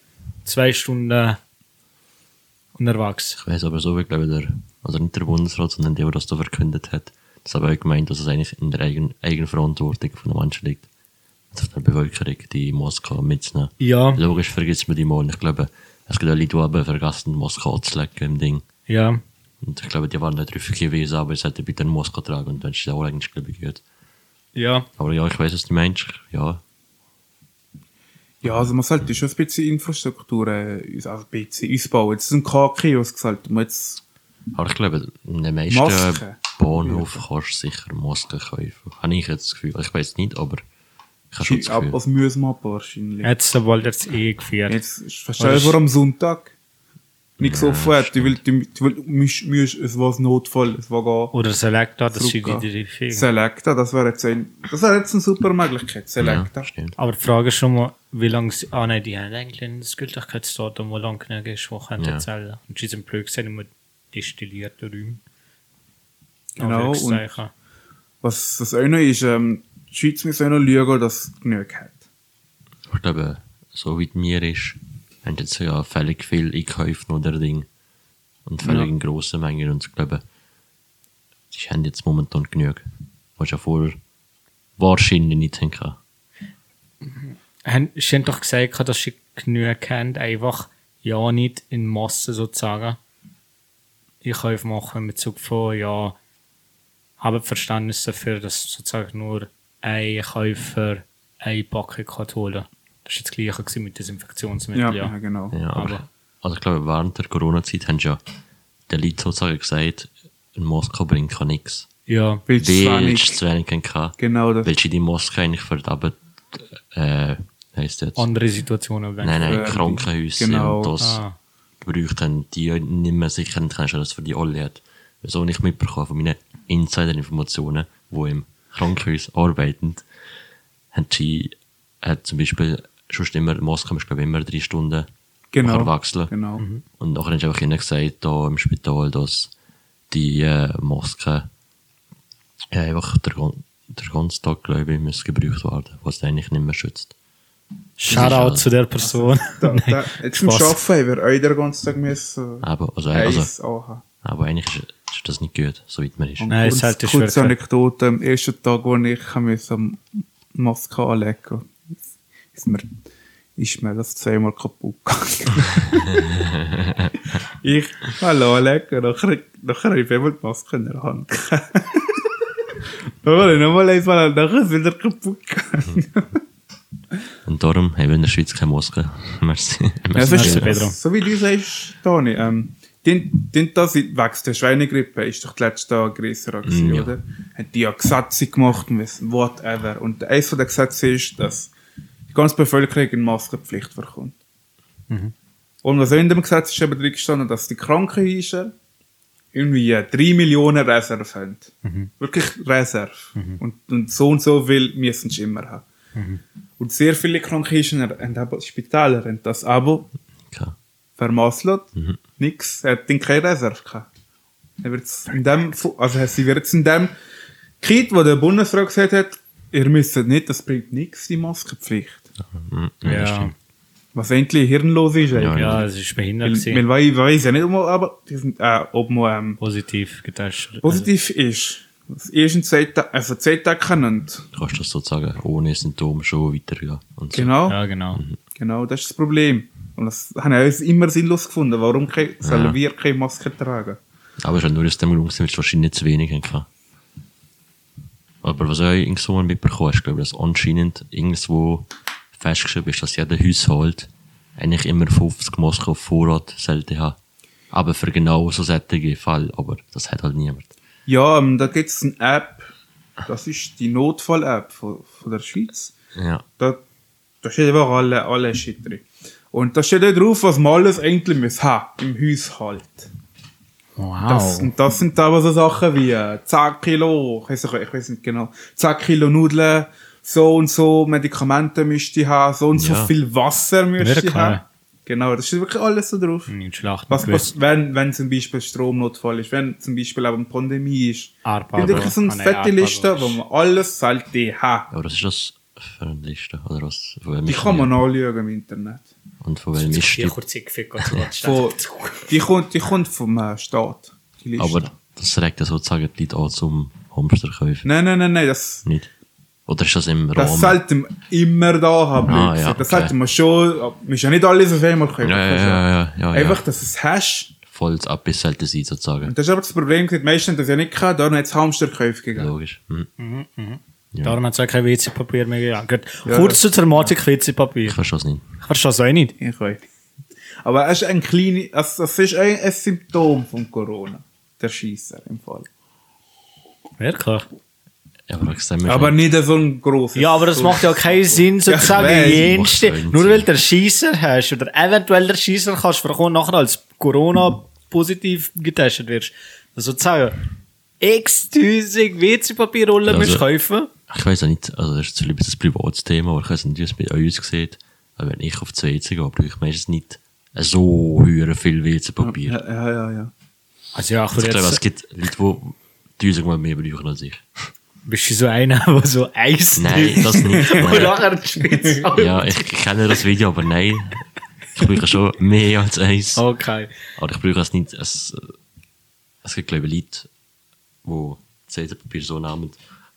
Speaker 3: zwei Stunden äh, unterwegs.
Speaker 1: ich weiß aber so, ich glaube, der, also nicht der Bundesrat, sondern der, der das da verkündet hat, das hat auch gemeint, dass es eigentlich in der Eigen, Eigenverantwortung von den Menschen liegt. Also von der Bevölkerung, die Moskau mitzunehmen.
Speaker 3: Ja,
Speaker 1: Logisch vergisst man die mal. Und Ich glaube, es gibt auch Leute, die eben vergessen, die Maske anzulegen im Ding.
Speaker 3: ja.
Speaker 1: Und ich glaube, die waren nicht drauf gewesen, aber es hätte bitte eine Maske tragen und dann ist es auch eigentlich, glaube ich, gut.
Speaker 3: Ja,
Speaker 1: Aber ja, ich weiß, was du meinst. Ja,
Speaker 2: Ja, also man sollte schon ein bisschen Infrastruktur äh, uns- also ein bisschen ausbauen. Jetzt ist ein K-Kiosk, sollte man jetzt...
Speaker 1: aber ich glaube, in den meisten
Speaker 2: Maske?
Speaker 1: Bahnhof kannst du sicher Masken kaufen. Habe ich jetzt das Gefühl. Also Ich weiß nicht, aber ich habe schon das
Speaker 2: Ab,
Speaker 1: Gefühl.
Speaker 2: als müssen wir aber wahrscheinlich.
Speaker 3: jetzt, sobald jetzt eh geführt.
Speaker 2: Jetzt ist verstehst du, warum Sonntag nichts offen hat. Du willst, du, du willst, du willst, es war ein Notfall, es war gar...
Speaker 3: Oder Selecta, das sind
Speaker 2: Drucker.
Speaker 3: die drei Finger.
Speaker 2: Selecta, das wäre jetzt, ein, das wäre jetzt eine super Möglichkeit. Selecta.
Speaker 1: Ja, stimmt.
Speaker 3: Aber die Frage ist schon mal, wie lange sie. Ah nein, die haben eigentlich ein Gültigkeitsdatum, wo lang genug ist, wo können
Speaker 1: Ja.
Speaker 3: ja. zählen. Und sie sind blöd gesehen, immer destillierte Räume.
Speaker 2: Genau, und-
Speaker 3: Anführungszeichen.
Speaker 2: Was das auch noch ist, ähm, die Schweiz muss auch noch schauen, dass es genug hat.
Speaker 1: Ich glaube, so wie mir ist, haben jetzt ja völlig viel einkaufen oder Ding. Und völlig
Speaker 2: Ja.
Speaker 1: in grossen Mengen. Und ich glaube, sie haben jetzt momentan genug. Was ja vorher wahrscheinlich nicht haben können.
Speaker 3: Haben, sie haben doch gesagt, dass sie genug haben, einfach ja nicht in Masse sozusagen. Ich kann machen in Bezug von, ja, habe Verständnis dafür, dass sozusagen nur ein Käufer eine Packung kann holen kann. Das war das Gleiche gewesen mit
Speaker 2: Ja,
Speaker 3: Desinfektionsmitteln. Ja,
Speaker 2: ja, genau.
Speaker 1: Ja, aber,
Speaker 3: Aber-
Speaker 1: also ich glaube, während der Corona-Zeit haben ja den Leuten sozusagen gesagt, in Moskau bringt ja nichts.
Speaker 3: Ja,
Speaker 2: Willst du zwar
Speaker 1: Willst du
Speaker 2: nicht.
Speaker 1: zu wenig keinen K?
Speaker 2: Genau das.
Speaker 1: Willst du die Moskau eigentlich für die Arbeit, äh, heisst jetzt?
Speaker 3: andere Situationen. wenn-
Speaker 1: nein, nein,
Speaker 2: Äh,
Speaker 1: Krankenhäuser
Speaker 2: genau.
Speaker 1: und das
Speaker 3: Ah.
Speaker 1: gebraucht haben, die nicht mehr sicher nicht kannst, dass für die alle hat. Wieso nicht mitbekommen von meinen Insider-Informationen, die im Krankenhaus arbeiten, haben sie hat zum Beispiel schon immer, in Moskau musst du glaub ich, immer drei Stunden
Speaker 2: Genau.
Speaker 1: nachher wechseln. Mhm.
Speaker 2: Genau.
Speaker 3: Mhm.
Speaker 1: Und nachher hast du einfach ihnen gesagt, da im Spital, dass die äh, Maske äh, einfach der, gan- der ganze Tag, glaube ich, muss gebraucht werden, was sie eigentlich nicht mehr schützt.
Speaker 3: Shoutout zu der Person.
Speaker 2: Also, Da, da, jetzt zum
Speaker 3: Spaß.
Speaker 2: Arbeiten haben wir euch den ganzen Tag müssen. äh,
Speaker 1: Aber, also, also,
Speaker 2: Eis anhaben.
Speaker 1: aber eigentlich ist, ist das nicht gut, soweit man ist.
Speaker 2: Und
Speaker 3: Nein, es
Speaker 2: kurz-
Speaker 3: halt die
Speaker 2: Kurze
Speaker 3: Schwierigkeit.
Speaker 2: Anekdote. Am ersten Tag, wo ich musste, Maske anlegen musste, ist mir, ist mir das zweimal kaputt gegangen. ich habe anlegen, nachher, nachher habe ich einmal die Maske in der Hand. gehabt. nachher habe ich nochmal eins, weil nachher ist es wieder kaputt gegangen.
Speaker 1: Und darum haben wir in der Schweiz keine Maske. Merci.
Speaker 2: Ja,
Speaker 1: Merci.
Speaker 2: sonst,
Speaker 3: Merci, Pedro.
Speaker 2: so wie du sagst, Toni, ähm, den, den da sind- wegen der Schweinegrippe ist doch die letzte Größere gewesen,
Speaker 1: Mm, ja.
Speaker 2: oder? Hat die ja Gesetze gemacht und wissen, whatever. Und eines von den Gesetzen ist, dass die ganze Bevölkerung eine Maskenpflicht bekommt.
Speaker 1: Mhm.
Speaker 2: Und was auch in dem Gesetz ist eben drin gestanden, dass die Krankenhäuser irgendwie 3 Millionen Reserve haben.
Speaker 1: Mhm.
Speaker 2: Wirklich Reserve. Und, und so und so viel müssen sie immer haben.
Speaker 1: Mhm.
Speaker 2: Und sehr viele Krankenhäuser haben aber Spitäler haben das Abo
Speaker 1: Keine.
Speaker 2: vermasselt,
Speaker 1: Mhm.
Speaker 2: nix, er hat dann keine Reserve gehabt. Er wird's in dem, Fu- also sie wird in dem Kit, wo der Bundesrat gesagt hat, ihr müsst nicht, das bringt nichts, die Maskenpflicht.
Speaker 1: Mhm, Ja, das
Speaker 3: Ja,
Speaker 1: stimmt.
Speaker 2: Was endlich hirnlos ist, ey.
Speaker 1: Ja,
Speaker 3: ja, es ist behindert.
Speaker 2: weil,
Speaker 3: gewesen.
Speaker 2: weil wir weiß ja nicht, ob man, aber, die sind, äh, ob man ähm,
Speaker 3: Positiv getascht.
Speaker 2: positiv ist. Das erste zwei Tage, also zwei Tage genannt.
Speaker 1: Du kannst das sozusagen ohne Symptome schon weitergehen. Und so.
Speaker 2: Genau,
Speaker 3: Ja, genau.
Speaker 1: Mhm.
Speaker 2: genau, das ist das Problem. Und das haben wir uns immer sinnlos gefunden. Warum ke- sollen
Speaker 1: Ja.
Speaker 2: wir keine Maske tragen?
Speaker 1: Aber es war nur aus dem Grund, weil es wahrscheinlich zu wenig hatten. Aber was ich im Sommer mitbekommen habe, ist, glaube ich, dass anscheinend irgendwo festgeschrieben ist, dass jeder Haushalt eigentlich immer 50 Masken auf Vorrat sollte haben. Aber für genau so solche Fälle. Aber das hat halt niemand.
Speaker 2: Ja, ähm, da gibt's eine App. Das ist die Notfall-App von, von der Schweiz.
Speaker 1: Ja.
Speaker 2: Da, da steht einfach alle, alle Shit drin. Und da steht auch drauf, was man alles eigentlich muss haben im Haushalt. Das,
Speaker 3: Wow.
Speaker 2: und das sind aber so Sachen wie äh, 10 Kilo, ich weiß, nicht, ich weiß nicht genau, 10 Kilo Nudeln, so und so Medikamente müsste ich haben, so und so
Speaker 1: Ja.
Speaker 2: viel Wasser müsste
Speaker 3: Wirklich?
Speaker 2: ich haben. Genau, das steht wirklich alles so drauf.
Speaker 3: Nicht schlecht.
Speaker 2: Was,
Speaker 3: gewusst.
Speaker 2: was, wenn, wenn zum Beispiel Stromnotfall ist, wenn zum Beispiel eben Pandemie ist.
Speaker 3: Arpa,
Speaker 2: Ich denke, so eine
Speaker 3: Ah, nein,
Speaker 2: fette
Speaker 3: Arpa,
Speaker 2: Liste,
Speaker 3: das
Speaker 2: wo
Speaker 3: ist-
Speaker 2: man alles sollte haben.
Speaker 1: Aber was ist das für eine Liste? Oder was? Von welchem
Speaker 2: Die kann man anschauen im Internet.
Speaker 1: Und von welchem ist die?
Speaker 3: kurze Gefickel zu
Speaker 2: Von, die, kommt, die kommt vom äh, Staat, die Liste.
Speaker 1: Aber das regt ja sozusagen die Leute an zum Hamsterkäufen.
Speaker 2: nein, nein, nein, nein, das,
Speaker 1: Nicht? Oder ist das im
Speaker 2: das
Speaker 1: Rahmen?
Speaker 2: sollte man immer da haben.
Speaker 1: Ah,
Speaker 2: Leute.
Speaker 1: ja,
Speaker 2: das
Speaker 1: okay.
Speaker 2: sollte man schon, äh, man muss ja nicht alles auf einmal können.
Speaker 1: Ja, ja, ja, ja, ja,
Speaker 2: Einfach,
Speaker 1: ja.
Speaker 2: dass du es hast.
Speaker 1: Voll das Abbiss sollte sein, sozusagen.
Speaker 2: Und das ist aber das Problem, die meisten haben das ja nicht gehabt, darum hat es Hamsterkäufe gegeben.
Speaker 1: Logisch. Hm.
Speaker 3: Darum hat es auch kein WC-Papier mehr gegeben. Gut,
Speaker 2: Ja,
Speaker 3: Kurz zur Thematik WC-Papier.
Speaker 1: Ich verstehe es nicht.
Speaker 3: Ich verstehe es auch nicht.
Speaker 2: Ich weiß. Aber es ist ein kleines, es, es ist ein, ein Symptom von Corona. Der Schießer im Fall.
Speaker 3: Wirklich?
Speaker 1: Aber ich sehe mir
Speaker 2: Aber
Speaker 1: schon,
Speaker 2: nicht so ein grosses.
Speaker 3: Ja, aber das
Speaker 2: so-
Speaker 3: macht ja keinen Sinn, sozusagen
Speaker 2: Ja, ich weiß.
Speaker 3: jenste.
Speaker 1: Was soll
Speaker 3: Nur
Speaker 1: denn
Speaker 3: weil
Speaker 1: sein?
Speaker 3: du einen Scheisser hast oder eventuell den Scheisser kannst, verkommen nachher als Corona-positiv getestet wirst. Also sozusagen x-tausend WC-Papierrollen
Speaker 1: Also-
Speaker 3: musst kaufen.
Speaker 1: ich weiß auch nicht, also das ist zwar ein bisschen ein privates Thema, aber ich weiß nicht, wie es bei euch aussieht. Aber wenn ich auf die WC gehe, brauche ich meistens nicht so höher viel WC-Papier.
Speaker 2: Ja, ja, ja. ja.
Speaker 3: Also ja, ich
Speaker 1: Also
Speaker 3: würde
Speaker 1: ich glaube, es
Speaker 3: jetzt,
Speaker 1: gibt Leute, die tausendmal mehr brauchen als ich.
Speaker 3: bist du so einer, der so Eis
Speaker 1: Nein, das nicht.
Speaker 3: und
Speaker 1: Nein.
Speaker 3: nachher die Spitze
Speaker 1: Ja, ich kenne das Video, aber nein. Ich brauche schon mehr als eins.
Speaker 3: Okay.
Speaker 1: Aber ich brauche es nicht. Es, äh, es gibt, glaube ich, Leute, die CD-Papier so nehmen,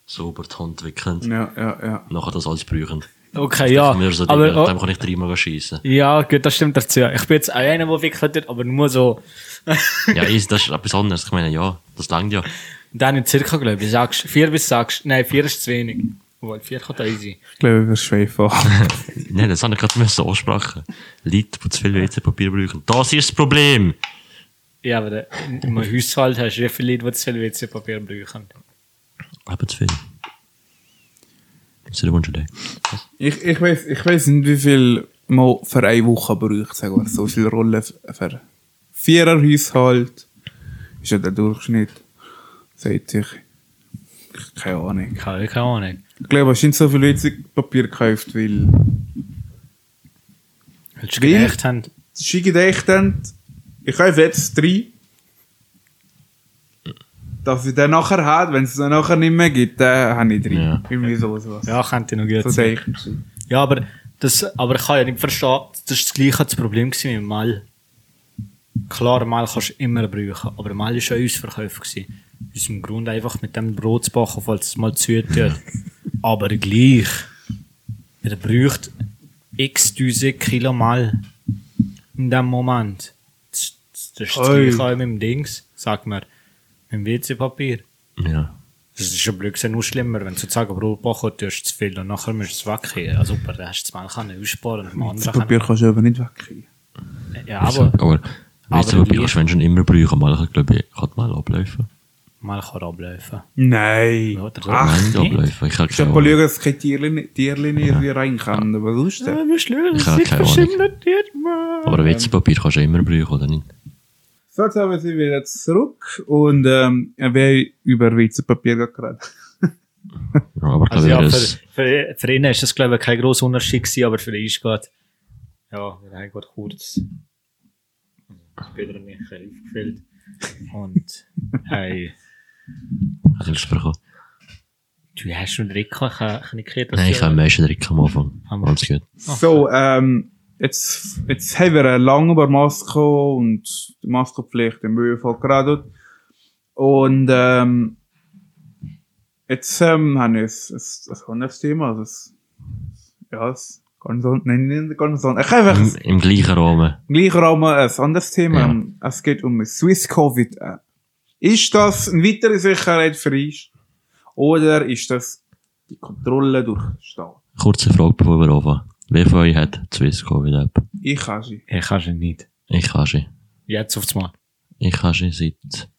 Speaker 1: so über die Hand wickeln,
Speaker 2: Ja, ja, ja.
Speaker 1: nachher das alles brauchen.
Speaker 3: Okay, ja.
Speaker 1: Mir so aber,
Speaker 3: aber, oh,
Speaker 1: Dinge, dem kann ich dreimal schießen.
Speaker 3: ja, gut, das stimmt dazu. Ich bin jetzt auch einer, der wickelt wird, aber nur so.
Speaker 1: Ja, ist, das ist etwas anderes. Ich meine, ja, das langt ja.
Speaker 3: Dann in circa, glaube ich, sechs, vier bis sechs. Nein, vier ist zu wenig. Obwohl, vier kann da sein.
Speaker 2: Ich glaube, wir schweifen ab.
Speaker 1: Nein, das habe ich gerade müssen ansprechen. Leute, die zu viel WC-Papier brauchen. Das ist das Problem!
Speaker 3: Ja, aber da- in meinem Haushalt hast du wie viele Leute, die zu viel WC-Papier brauchen.
Speaker 1: Eben zu viel. Das ist der Wunsch an dich.
Speaker 2: Ich, ich weiß ich weiss nicht, wie viel man für eine Woche braucht, sagen wir so. viele Rollen für Viererhaushalt ist ja der Durchschnitt, sagt sich. Keine Ahnung.
Speaker 3: Keine, keine Ahnung.
Speaker 2: Ich glaube, wahrscheinlich so viel Papier gekauft, weil
Speaker 3: Willst du
Speaker 2: Wie?
Speaker 3: gerecht haben?
Speaker 2: sie gedacht haben, ich kaufe jetzt drei, dass ich den nachher habe, wenn es den nachher nicht mehr gibt, dann habe ich drei.
Speaker 1: Ja.
Speaker 2: Irgendwie sowas. was.
Speaker 3: Ja, könnte noch gut
Speaker 2: So
Speaker 3: sein.
Speaker 2: denke ich.
Speaker 3: Ja, aber, das, aber ich kann ja nicht verstehen, das ist das gleiche das Problem gewesen mit Mal. Klar, Mal kannst du immer brauchen, aber Mal war ja uns Verkäufer. gewesen. Aus dem Grund einfach mit dem Brot zu backen, falls es mal zutut. aber gleich. Man braucht x tausend Kilo Mal in dem Moment. Das, das, das ist das
Speaker 2: Oi.
Speaker 3: gleiche auch mit dem Dings, sag mal, mit dem WC-Papier.
Speaker 1: Ja.
Speaker 3: Das ist ja Blödsinn noch schlimmer, wenn du sozusagen Brot backen tust, zu viel und nachher musst du es weggehen. Also, aber den hast du das Mal können aussparen und dem
Speaker 2: Das
Speaker 3: anderen
Speaker 2: Papier kannst du aber nicht wegkriegen.
Speaker 3: kann- Ja,
Speaker 1: Aber,
Speaker 3: aber
Speaker 1: Also, aber, weißt du,
Speaker 3: aber
Speaker 1: aber ich wenn schon immer brauchen, mal, ich glaube, ich kann mal ablaufen.
Speaker 3: Mal kann ablaufen.
Speaker 2: Nein.
Speaker 3: Ja, das-
Speaker 2: Ach,
Speaker 1: Nein, nicht
Speaker 3: nicht?
Speaker 1: ablaufen. Ich habe
Speaker 2: ich
Speaker 1: keine
Speaker 2: habe mal
Speaker 1: Ahnung.
Speaker 2: schauen, dass keine Tierli- Tierlinie irgendwie reinkommen, aber sonst. äh,
Speaker 1: Ich habe keine Ahnung. Aber WC-Papier kannst du ja immer brauchen, oder nicht?
Speaker 2: So, jetzt haben wir sie wieder zurück und ähm, ja, wir haben über Weizenpapier gerade.
Speaker 1: Ja, aber ich
Speaker 3: Also,
Speaker 1: glaube,
Speaker 3: ja,
Speaker 1: also,
Speaker 3: für, für, für ihn ist das, glaube ich, kein grosser Unterschied gewesen, aber für ihn ist gerade, ja, wir haben gerade kurz, später mich ein bisschen aufgefüllt und, hey,
Speaker 1: Hilfe bekommen.
Speaker 3: du hast schon wirklich keine keine Kreativität.
Speaker 1: Nein, ich habe am meisten Dreck am Anfang.
Speaker 3: Haben wir-
Speaker 1: Alles gut.
Speaker 2: So, ähm, jetzt, jetzt haben wir äh, lange über Maske und die Maskenpflicht im ÖV geredet. Und ähm, jetzt ähm, haben wir ein, ein, ein anderes Thema. Also, es- ja, es kann so, nein, nein, kann so. Ich habe
Speaker 1: Im,
Speaker 2: einfach
Speaker 1: Im gleichen Rahmen.
Speaker 2: gleich auch mal ein anderes Thema.
Speaker 1: Ja.
Speaker 2: Ähm, Es geht um eine Swiss Covid App. Ist das eine weitere Sicherheit für uns? Oder ist das die Kontrolle durch den Staat?
Speaker 1: Kurze Frage, bevor wir anfangen. Wer von euch hat die Swiss Covid-App?
Speaker 2: Ich kann sie.
Speaker 3: Ich kann es nicht.
Speaker 1: Ich habe sie.
Speaker 3: Jetzt aufs Mal.
Speaker 1: Ich habe sie seit,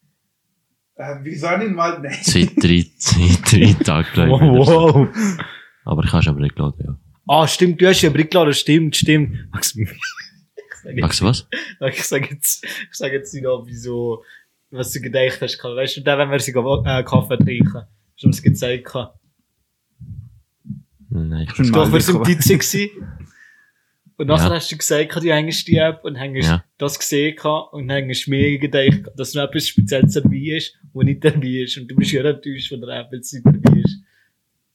Speaker 2: Äh, wieso nicht mal? Nein.
Speaker 1: seit drei, seit drei Tagen, glaube ich. oder so. Aber ich habe sie aber nicht geladen, ja.
Speaker 3: Ah, stimmt, du hast ja Bricklader, stimmt, stimmt. Max, ich sag jetzt,
Speaker 1: Magst du was?
Speaker 3: ich sag jetzt, ich sag jetzt nicht noch, wieso, was du gedacht hast. Karl. Weißt du, da, wenn wir sie go- äh, Kaffee trinken, hast du uns gezeigt. gehabt.
Speaker 1: Nein, ich
Speaker 2: Schon
Speaker 3: Doch,
Speaker 2: mal
Speaker 3: wir sind
Speaker 2: gekommen.
Speaker 3: Pizza gewesen. Und nachher
Speaker 1: Ja.
Speaker 3: hast du gesagt, gehabt, du hängst die App und hängst
Speaker 1: Ja.
Speaker 3: das gesehen gehabt und hängst mir gedacht, gehabt, dass noch etwas Spezielles dabei ist, wo nicht dabei ist. Und du bist ja enttäuscht, wenn der App jetzt nicht dabei ist.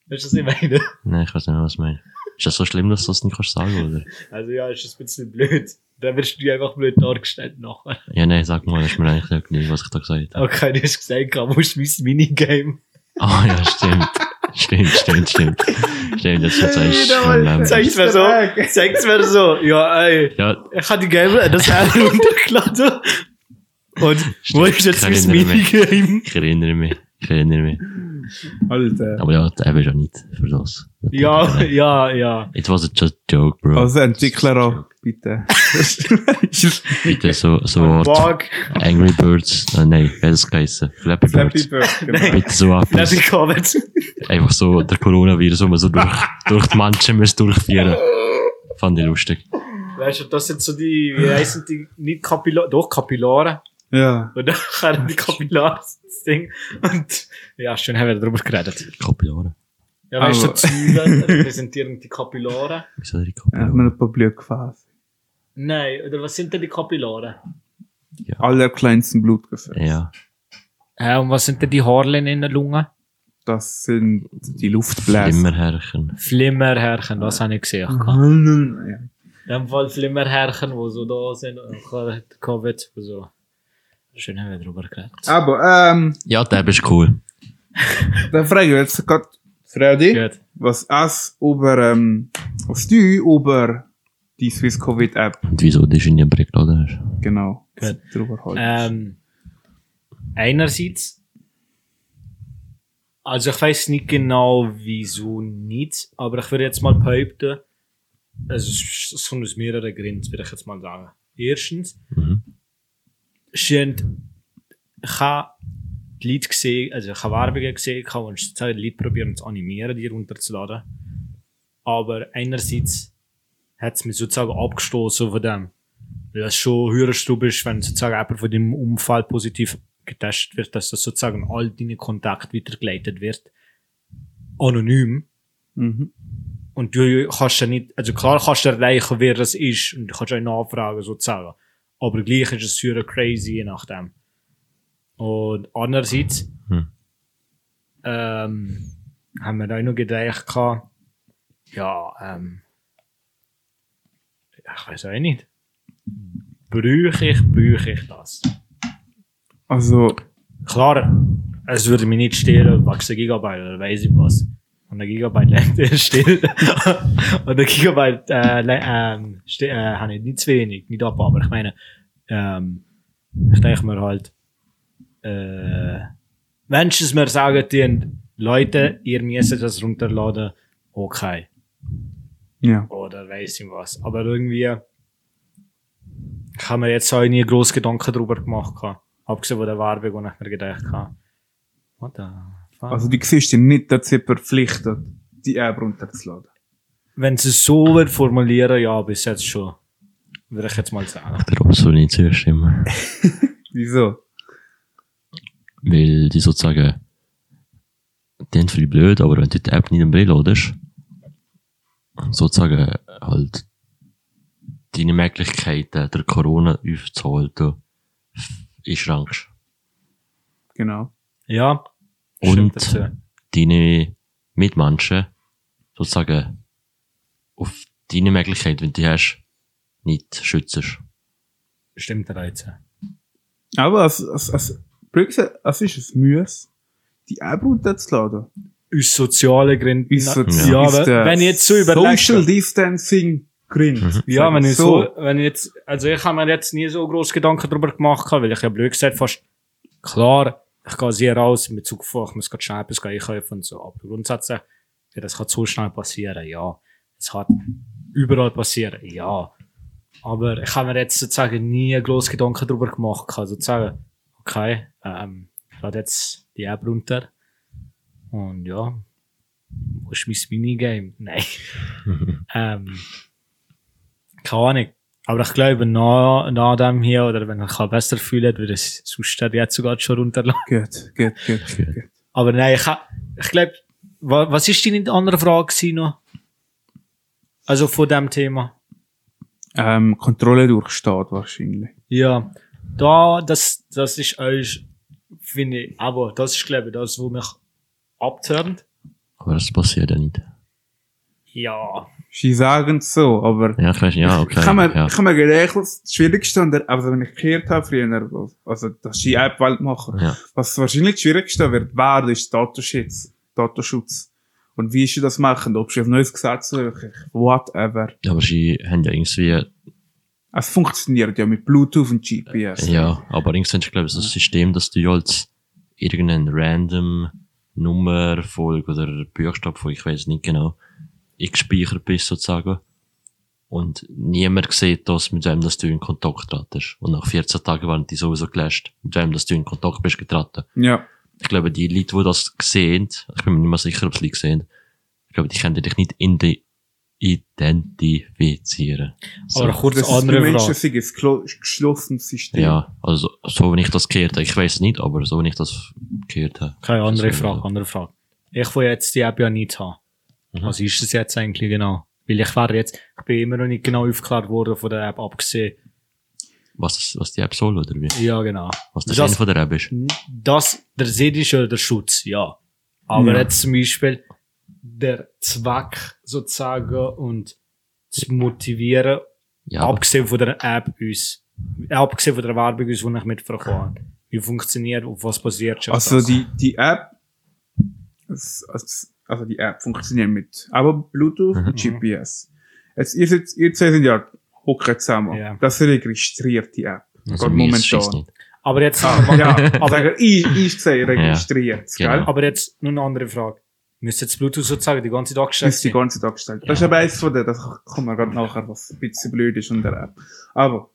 Speaker 3: Weißt du, was ich meine?
Speaker 1: Nein, ich weiß nicht mehr, was du meinst. Ist das so schlimm, dass du das nicht kannst sagen, oder?
Speaker 3: Also ja, ist das ein bisschen blöd. Dann wirst du einfach blöd dargestellt nachher.
Speaker 1: Ja, nein, sag mal, ist mir eigentlich nicht genug, was ich da gesagt habe.
Speaker 3: Okay, du hast gesagt, du musst mein Minigame.
Speaker 1: Ah, ja, stimmt. stimmt, stimmt, stimmt. Stimmt, jetzt verzeihst du.
Speaker 3: Zeig's mir so. Zeig's mir so. Ja, ey.
Speaker 1: Ja,
Speaker 3: Ich habe die Game, das Handy runtergeladen. Und wo ist jetzt mein Minigame?
Speaker 1: ich erinnere mich. Ich erinnere mich.
Speaker 2: Alter.
Speaker 1: Aber ja, der ist ja nicht für das.
Speaker 3: Ja, ja, ja.
Speaker 1: It was a just joke, bro.
Speaker 2: Also Entwickler auch, bitte.
Speaker 1: Bitte so, so
Speaker 2: Oh,
Speaker 1: Wort.
Speaker 3: Bug.
Speaker 1: Angry Birds. Äh, nein, wer das geheißen? Flappy
Speaker 2: Flappy
Speaker 1: Birds.
Speaker 2: Bird, genau.
Speaker 1: Bitte so ab.
Speaker 3: Lass ich kommen.
Speaker 1: Einfach so der Coronavirus, wo man so durch, durch die Menschen muss durchführen. Fand ich lustig.
Speaker 3: Weißt du, das sind so die, wie heißen die, nicht Kapillaren, doch Kapillaren.
Speaker 2: Ja.
Speaker 3: Und dann die Kapillaren, das Ding. Und ja, schön haben wir darüber geredet.
Speaker 1: Kapillaren.
Speaker 3: Ja, weißt du,
Speaker 2: Aber-
Speaker 3: Zwiebeln repräsentieren die Kapillaren.
Speaker 1: Wieso die
Speaker 2: Ja, mit
Speaker 1: Kapillaren?
Speaker 2: ein paar Blutgefäße.
Speaker 3: Nein, oder was sind denn die Kapillaren?
Speaker 2: Allerkleinsten Blutgefäße.
Speaker 1: Ja.
Speaker 3: Äh, und was sind denn die Haarlen in der Lunge?
Speaker 2: Das sind die Luftbläser.
Speaker 1: Flimmerherrchen.
Speaker 3: Flimmerhärchen, das habe ich gesehen. Mhm.
Speaker 2: Ja.
Speaker 3: In dem Fall Flimmerhärchen, die so da sind, und nachher die Covid und so. Schön haben wir drüber geredet.
Speaker 2: Aber, ähm,
Speaker 1: Ja, der ist cool.
Speaker 2: dann frage ich jetzt gerade Freddy,
Speaker 3: Gut.
Speaker 2: was hast über, ähm, was du über die Swiss Covid App,
Speaker 1: Und wieso du dich in den Brick geladen hast?
Speaker 2: genau,
Speaker 3: Gut.
Speaker 2: drüber halt.
Speaker 3: Ähm, einerseits, also ich weiß nicht genau wieso nicht, aber ich würde jetzt mal behaupten, also es es kommt aus mehreren Gründen, würde ich jetzt mal sagen. Erstens,
Speaker 1: Mhm.
Speaker 3: sind, ich habe die Leute gesehen, also ich habe Werbungen gesehen, wo ich sozusagen die Leute probieren zu animieren, die runterzuladen. Aber einerseits hat es mich sozusagen abgestoßen von dem. Weil das schon hörst du bist, wenn sozusagen jemand von deinem Umfeld positiv getestet wird, dass das sozusagen an all deine Kontakte weitergeleitet wird. Anonym.
Speaker 2: Mhm.
Speaker 3: Und du kannst ja nicht, also klar kannst du erreichen, wer das ist, und du kannst auch nachfragen, sozusagen. Aber gleich ist es sehr crazy, je nachdem. Und andererseits,
Speaker 1: Hm.
Speaker 3: ähm, haben wir auch noch gedacht, gehabt, ja, ähm, ich weiß auch nicht. Brüche ich, brüche ich das?
Speaker 2: Also,
Speaker 3: Klar, es würde mich nicht stören, wachsen ein Gigabyte oder weiß ich was. Und ein Gigabyte lädt er still. und ein Gigabyte äh, lä- ähm, ste- äh, habe ich nicht zu wenig, nicht ab, aber ich meine, ähm, ich denke mir halt, äh, Menschen es mir sagen, die Leute, ihr müsst das runterladen, okay.
Speaker 2: ja.
Speaker 3: Oder weiß ich was. Aber irgendwie haben wir jetzt auch nie groß Gedanken darüber gemacht. gehabt. Abgesehen von der Werbung, wo ich mir gedacht habe. What the fuck?
Speaker 2: Also, du siehst ja nicht, dass sie verpflichtet, die App runterzuladen.
Speaker 3: Wenn sie es so wird formulieren, ja, bis jetzt schon. Würde ich jetzt mal sagen.
Speaker 1: Der Ross würde nicht zustimmen.
Speaker 2: Wieso?
Speaker 1: Weil die sozusagen, die sind vielleicht blöd, aber wenn du die App nicht im Brill ladest, sozusagen halt deine Möglichkeiten, der Corona aufzuhalten, einschränkst.
Speaker 2: Genau.
Speaker 3: Ja.
Speaker 1: Und
Speaker 3: stimmt äh, dazu.
Speaker 1: deine Mitmenschen sozusagen auf deine Möglichkeit, wenn du die hast, nicht schützt.
Speaker 3: Stimmt Reize.
Speaker 2: Aber als, als, als Brügse, es ist ein Mühes, die App runterzuladen.
Speaker 3: Aus sozialen Gründen.
Speaker 2: Ist so-
Speaker 3: ja,
Speaker 2: ist
Speaker 3: aber
Speaker 2: der
Speaker 3: wenn ich jetzt so überlege. Mhm.
Speaker 2: Social Distancing Grind.
Speaker 3: Ja,
Speaker 2: Sagen
Speaker 3: wenn
Speaker 2: wir
Speaker 3: ich so, wenn ich jetzt, also ich habe mir jetzt nie so groß Gedanken darüber gemacht, weil ich ja blöd gesagt fast, klar, ich gehe sehr raus, mit Zug vor, ich muss grad schnell etwas einkaufen und so, aber grundsätzlich, ja, das kann so schnell passieren, ja. Es kann überall passieren, ja. Aber ich habe mir jetzt sozusagen nie groß Gedanken darüber gemacht, Also sozusagen, okay, ähm, ich lade jetzt die App runter und ja, wo ist mein Minigame? Nein. ähm, keine Ahnung. Aber ich glaube, nach, nach dem hier, oder wenn ich mich besser fühle, würde ich es sonst jetzt sogar schon runterladen.
Speaker 2: Gut, gut, gut, gut. gut.
Speaker 3: Aber nein, ich, ha- ich glaube, wa, was ist deine andere Frage gewesen noch? Also von dem Thema.
Speaker 2: Ähm, Kontrolle durchsteht wahrscheinlich.
Speaker 3: Ja, da, das, das ist euch, finde ich, aber das ist, glaube ich, das, wo mich abtönt.
Speaker 1: Aber das passiert ja nicht.
Speaker 3: Ja.
Speaker 2: Sie sagen es so, aber
Speaker 1: Ja, ich weiß, ja, okay.
Speaker 2: ich habe mir,
Speaker 1: ja.
Speaker 2: ich hab mir gedacht, das Schwierigste, an der, also wenn ich gehört habe früher, also dass die App Welt machen,
Speaker 1: Ja.
Speaker 2: was wahrscheinlich das Schwierigste wird, werden, ist Datenschutz. Datenschutz. Und wie ist das machen? Ob sie auf neues Gesetz suchen? Whatever.
Speaker 1: Aber sie haben ja irgendwie,
Speaker 2: Es funktioniert ja mit Bluetooth und GPS.
Speaker 1: ja, aber irgendwie ist, glaube ich, so ein System, dass du ja als irgendeine random Nummer, Folge oder Buchstabe von, ich weiß nicht genau, eingespeichert bist sozusagen. Und niemand sieht das, mit wem dass du in Kontakt tratest. Und nach 14 Tagen waren die sowieso gelöscht, mit wem dass du in Kontakt bist getraten.
Speaker 2: Ja.
Speaker 1: ich glaube, die Leute, die das sehen, ich bin mir nicht mehr sicher, ob sie Leute sehen, ich glaube, die können dich nicht ide- identifizieren. So.
Speaker 3: Aber kurz
Speaker 2: Das ist für
Speaker 3: andere
Speaker 2: Menschen
Speaker 3: Frage.
Speaker 2: sei ein glo- geschlossenes System.
Speaker 1: ja, also so, wenn ich das gehört habe, ich weiß nicht, aber so, wenn ich das gehört habe.
Speaker 3: Keine andere
Speaker 1: Also,
Speaker 3: Frage, andere Frage. Ich will jetzt die App ja nicht haben.
Speaker 1: Mhm.
Speaker 3: Was ist es jetzt eigentlich genau? Weil ich wäre jetzt, ich bin immer noch nicht genau aufgeklärt worden von der App, abgesehen.
Speaker 1: Was, was die App soll, oder wie?
Speaker 3: Ja, genau.
Speaker 1: Was der
Speaker 3: Das-
Speaker 1: Sinn von der App ist.
Speaker 3: Das, der Sinn ist ja der Schutz, ja. Aber
Speaker 2: Ja.
Speaker 3: jetzt zum Beispiel der Zweck sozusagen und zu motivieren,
Speaker 1: Ja, aber,
Speaker 3: abgesehen von der App uns, abgesehen von der Werbung uns, die ich mitbekommen habe. Wie funktioniert, auf was basiert schon
Speaker 2: Also
Speaker 3: das?
Speaker 2: die, die App, es- es- also die App funktioniert mit, aber Bluetooth
Speaker 1: Mhm.
Speaker 2: und GPS. Jetzt, ihr, seid, ihr zwei sind ja hocken zusammen.
Speaker 3: Ja.
Speaker 2: Das ist registriert, die App.
Speaker 1: also,
Speaker 2: Gerade
Speaker 1: mir ist es
Speaker 2: momentan.
Speaker 1: nicht.
Speaker 3: Aber
Speaker 2: Ah,
Speaker 3: jetzt,
Speaker 2: ja, aber ich, ich sehe registriert,
Speaker 1: Ja.
Speaker 2: gell?
Speaker 1: Genau.
Speaker 3: Aber jetzt noch eine andere Frage. Müsste jetzt Bluetooth sozusagen den ganzen Tag
Speaker 2: Das ist die
Speaker 3: geschätzt
Speaker 2: ganze Tag gestellt. Das ist aber eins von der, das kommen wir gerade nachher, was ein bisschen blöd ist an der App. Aber,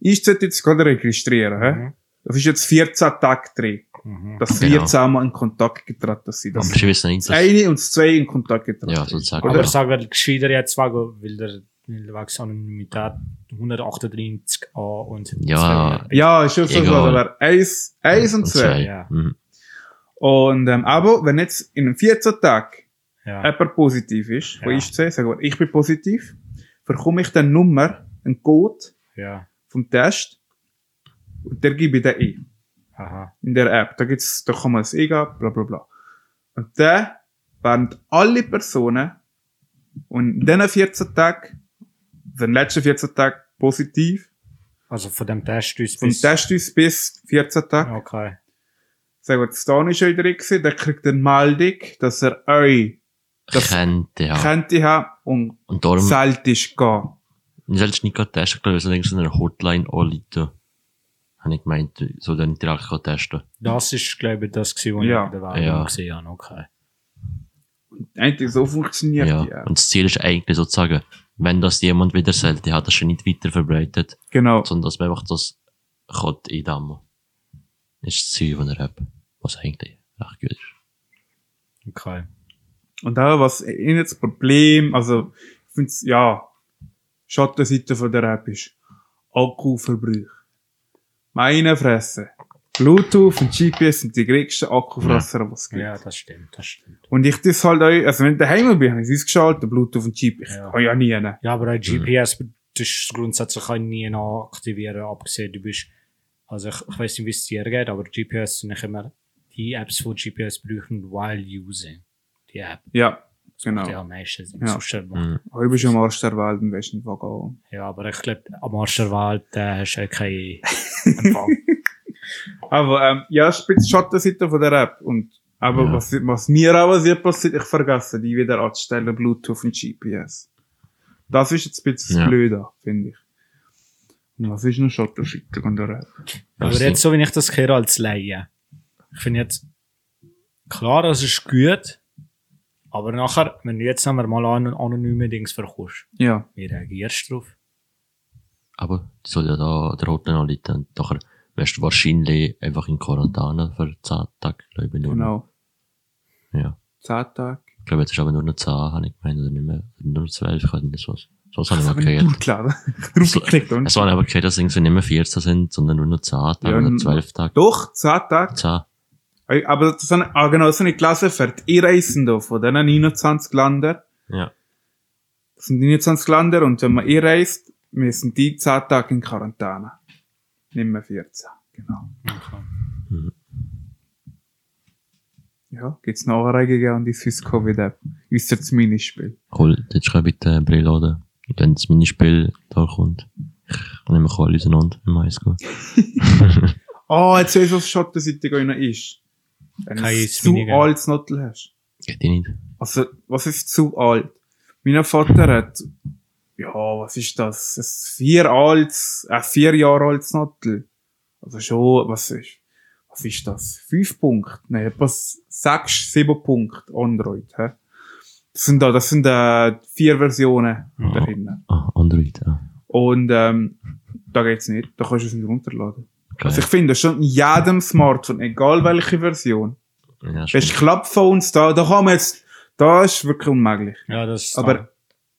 Speaker 2: ich sollte jetzt gerade registrieren, hä?
Speaker 3: Mhm.
Speaker 2: Das ist jetzt 14 Tage drin. dass
Speaker 1: Genau.
Speaker 2: wir zusammen in Kontakt getreten sind.
Speaker 1: Am
Speaker 2: Das,
Speaker 1: besten wissen nicht,
Speaker 2: das
Speaker 1: dass...
Speaker 2: eine und das zwei in Kontakt getreten
Speaker 1: Ja,
Speaker 2: sind.
Speaker 1: sozusagen.
Speaker 3: Aber
Speaker 1: Aber,
Speaker 3: sagen wir gescheiter jetzt wegen, weil der weil der wächst mit der 138 a und
Speaker 1: Ja.
Speaker 3: 200.
Speaker 2: Ja, ist ja so,
Speaker 1: Egal.
Speaker 2: aber eins, eins und zwei.
Speaker 3: ja.
Speaker 1: Mhm.
Speaker 2: Und, ähm, aber wenn jetzt in einem 14 Tag
Speaker 3: Ja.
Speaker 2: jemand positiv ist, wo
Speaker 3: Ja.
Speaker 2: ich sehe, sag mal, ich bin positiv, bekomme ich dann Nummer, einen Code
Speaker 3: ja,
Speaker 2: vom Test und der gebe ich dann ein.
Speaker 3: aha.
Speaker 2: in der App. Da gibt's, da kann man es eingeben, bla bla bla. Und dann werden alle Personen und in diesen 14 Tagen, also den letzten 14 Tagen positiv,
Speaker 3: Also von dem Test aus
Speaker 2: vom
Speaker 3: bis-
Speaker 2: Test aus bis 14 Tage,
Speaker 3: Okay.
Speaker 2: sagen wir, das Dani ist schon drin gewesen, der kriegt eine Meldung, dass er euch Das-
Speaker 1: Könnte, ja.
Speaker 2: könnte haben und
Speaker 1: Und darum...
Speaker 2: zahlt ist gehen.
Speaker 1: Ich selbst nicht gerade testen, glaube ich, sondern so eine Hotline anrufen. Habe ich gemeint, so dann direkt kann testen.
Speaker 3: Das ist, glaube ich, das, gewesen, was
Speaker 2: Ja.
Speaker 3: ich in der
Speaker 1: Ja.
Speaker 3: Werbung gesehen habe. Okay.
Speaker 2: Eigentlich so
Speaker 1: Ja,
Speaker 2: funktioniert die App.
Speaker 1: Und das Ziel ist eigentlich sozusagen, wenn das jemand wieder sollte, hat das schon nicht weiter verbreitet,
Speaker 2: Genau.
Speaker 1: sondern dass man einfach das kann eindämmen. Das ist das Ziel von der App, was eigentlich recht gut ist.
Speaker 3: Okay.
Speaker 2: Und da was in das Problem, also ich finde es, ja, Schattenseite von der App ist Akkuverbrauch. Meine Fresse. Bluetooth und GPS sind die größten Akkufresser, was es gibt.
Speaker 3: Ja, das stimmt, das stimmt.
Speaker 2: Und ich das halt auch, also wenn ich daheim bin, habe ich es ausgeschaltet, Bluetooth und GPS.
Speaker 3: Ja.
Speaker 2: Kann ja nie. Ne?
Speaker 3: Ja, aber ein GPS, das ist grundsätzlich kann ich nie noch aktivieren, abgesehen du bist. Also ich, ich weiß nicht, wie es dir geht, aber GPS sind nicht immer die Apps, die GPS brauchen, while using. Die App.
Speaker 2: Ja, genau.
Speaker 3: Macht Ja, am meisten Sinn.
Speaker 2: Ja.
Speaker 3: Sonst macht-
Speaker 1: Mhm.
Speaker 2: Ich bin schon am Arsch der Welt und weiss nicht, wo gehen.
Speaker 3: Ja, aber ich glaube, am Arsch der Welt äh, hast du ja keinen Empfang.
Speaker 2: Aber ähm, ja, es ist ein bisschen Schattenseite von der App. Und, aber
Speaker 1: Ja.
Speaker 2: was, was mir auch passiert, passiert, ich vergesse die wieder anzustellen, Bluetooth und GPS. Das ist jetzt ein bisschen
Speaker 1: Ja.
Speaker 2: blöder, finde ich. Und was ist noch Schattenseite von der App?
Speaker 3: aber
Speaker 1: Also,
Speaker 3: jetzt, so wie ich das höre als Laie, ich finde jetzt, klar, das ist gut, aber nachher, wenn du jetzt einmal mal an anonyme Dings verkaufst,
Speaker 2: Ja,
Speaker 3: wie reagierst du drauf?
Speaker 1: Aber die soll ja da der Hotline anrufen und nachher wärst du wahrscheinlich einfach in Quarantäne für 10 Tage, glaube ich. Nur. noch.
Speaker 2: genau.
Speaker 1: Ja.
Speaker 2: 10 Tage.
Speaker 1: Ich glaube, jetzt ist aber nur noch 10, habe ich gemeint, oder nicht mehr. Nur 12, ich weiß nicht, was. Sonst habe ich
Speaker 2: Das
Speaker 1: mal
Speaker 2: habe ich
Speaker 1: gehört.
Speaker 2: durchgeladen. Ich draufgeklickt und.
Speaker 1: Es waren aber gehört, dass irgendwie nicht mehr 14 sind, sondern nur noch 10 Tage
Speaker 2: Ja,
Speaker 1: oder
Speaker 2: n-
Speaker 1: 12 Tage.
Speaker 2: Doch, 10 Tage.
Speaker 1: 10.
Speaker 2: Ey, Aber das sind, ah, genau, das sind die Klasse für die Reisenden von diesen 29 Ländern.
Speaker 1: Ja.
Speaker 2: Das sind 29 Länder und wenn man eh reist, müssen die 10 Tage in Quarantäne. Nicht mehr 14, genau. Ja, gibt's noch Anregungen an die Swiss Covid App? Ist jetzt mein Spiel.
Speaker 1: Cool, jetzt kann ich bitte eine Brille laden. Wenn das Minispiel da kommt, ich nehme ich alle auseinander im Highschool.
Speaker 2: Ah, jetzt weiss ich, was Schattenseite gehen ist. Wenn
Speaker 3: Kein
Speaker 2: du zu
Speaker 3: Spinnigen.
Speaker 2: altes Nottel hast.
Speaker 1: Geht die nicht.
Speaker 2: Also, was ist zu alt? Mein Vater hat, ja, was ist das? Ein vier altes, ein vier Jahre altes Nattel. Also schon, was ist, was ist das? Fünf Punkte? Nein, etwas sechs, sieben Punkte Android, hä? Das sind da, das sind äh, vier Versionen
Speaker 1: Ja.
Speaker 2: da hinten.
Speaker 1: Ah, Android. Ah,
Speaker 2: Und, ähm, da geht's nicht. Da kannst du es nicht runterladen.
Speaker 1: geil.
Speaker 2: Also ich finde schon in jedem Smartphone, egal welche Version,
Speaker 1: ja, stimmt.
Speaker 2: hast du Klappphones da, da kann man jetzt, da ist wirklich unmöglich.
Speaker 3: Ja, das ist
Speaker 2: Aber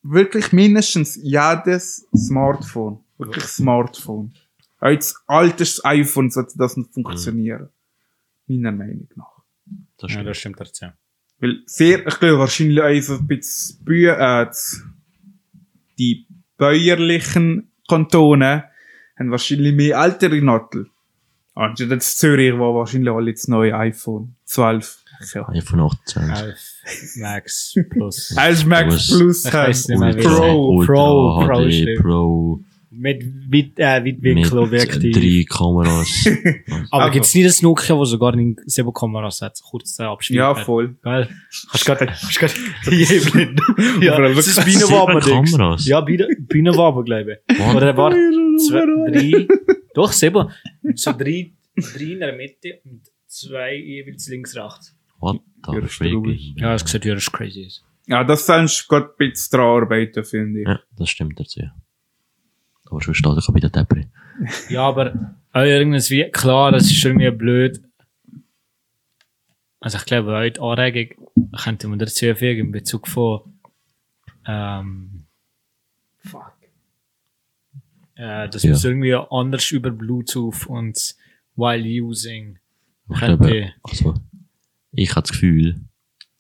Speaker 2: wirklich mindestens jedes Smartphone. Wirklich Smartphone. Auch das altes iPhone sollte das nicht funktionieren. Meiner Meinung nach.
Speaker 1: das
Speaker 3: ja,
Speaker 1: stimmt.
Speaker 3: das stimmt dazu.
Speaker 2: Weil sehr, ich glaube wahrscheinlich auch so ein bisschen die Bü- äh, das- die bäuerlichen Kantone haben wahrscheinlich mehr ältere Nattel. Anstatt jetzt Zürich, wo wahrscheinlich alle das neue iPhone 12. Ja.
Speaker 1: iPhone 18.
Speaker 3: 11 Max plus.
Speaker 2: Als Max
Speaker 1: Plus.
Speaker 2: Plus
Speaker 3: Ich weiss nicht
Speaker 2: haben.
Speaker 3: mehr, wie es
Speaker 2: Pro.
Speaker 1: Ultra,
Speaker 3: Pro, Pro
Speaker 1: HD,
Speaker 3: stimmt.
Speaker 1: Pro,
Speaker 3: Mit Weit- äh,
Speaker 1: mit
Speaker 3: Weitwinkelobjektiv.
Speaker 1: drei Kameras.
Speaker 3: Aber
Speaker 2: Aber-
Speaker 3: gibt es nicht ein Nokia, das sogar in sieben Kameras hat? Kurz der Abschnitt.
Speaker 2: Ja, voll.
Speaker 3: Geil. Hast du gerade. Hast du gerade. Je blind. Ja,
Speaker 2: Überall
Speaker 3: das ist
Speaker 2: wirklich
Speaker 3: Bienenwaben,
Speaker 1: sieben
Speaker 3: Dings.
Speaker 1: Kameras?
Speaker 3: Ja, Biene- Bienenwaben, glaube ich.
Speaker 1: Mann.
Speaker 3: Oder war zwei, drei. Doch, sieben. So drei, drei in der Mitte und zwei jeweils links, rechts.
Speaker 1: What
Speaker 2: Ja,
Speaker 1: the
Speaker 2: das
Speaker 1: freak
Speaker 2: ist
Speaker 1: is-
Speaker 3: Ja, das sieht ja crazy aus.
Speaker 2: Ja, das sollst du gerade ein bisschen dran arbeiten, finde ich.
Speaker 1: Ja, das stimmt dazu. ja. Aber schon steht ich bei der Deppri.
Speaker 3: Ja, aber auch irgendwie, klar, es ist irgendwie blöd, Also ich glaube, auch die Anregung könnte man dazu fügen in Bezug von ähm, fuck. Äh, das
Speaker 1: Ja.
Speaker 3: muss irgendwie anders über Bluetooth und while using
Speaker 1: Ich
Speaker 3: könnte
Speaker 1: glaube, also, ich habe das Gefühl,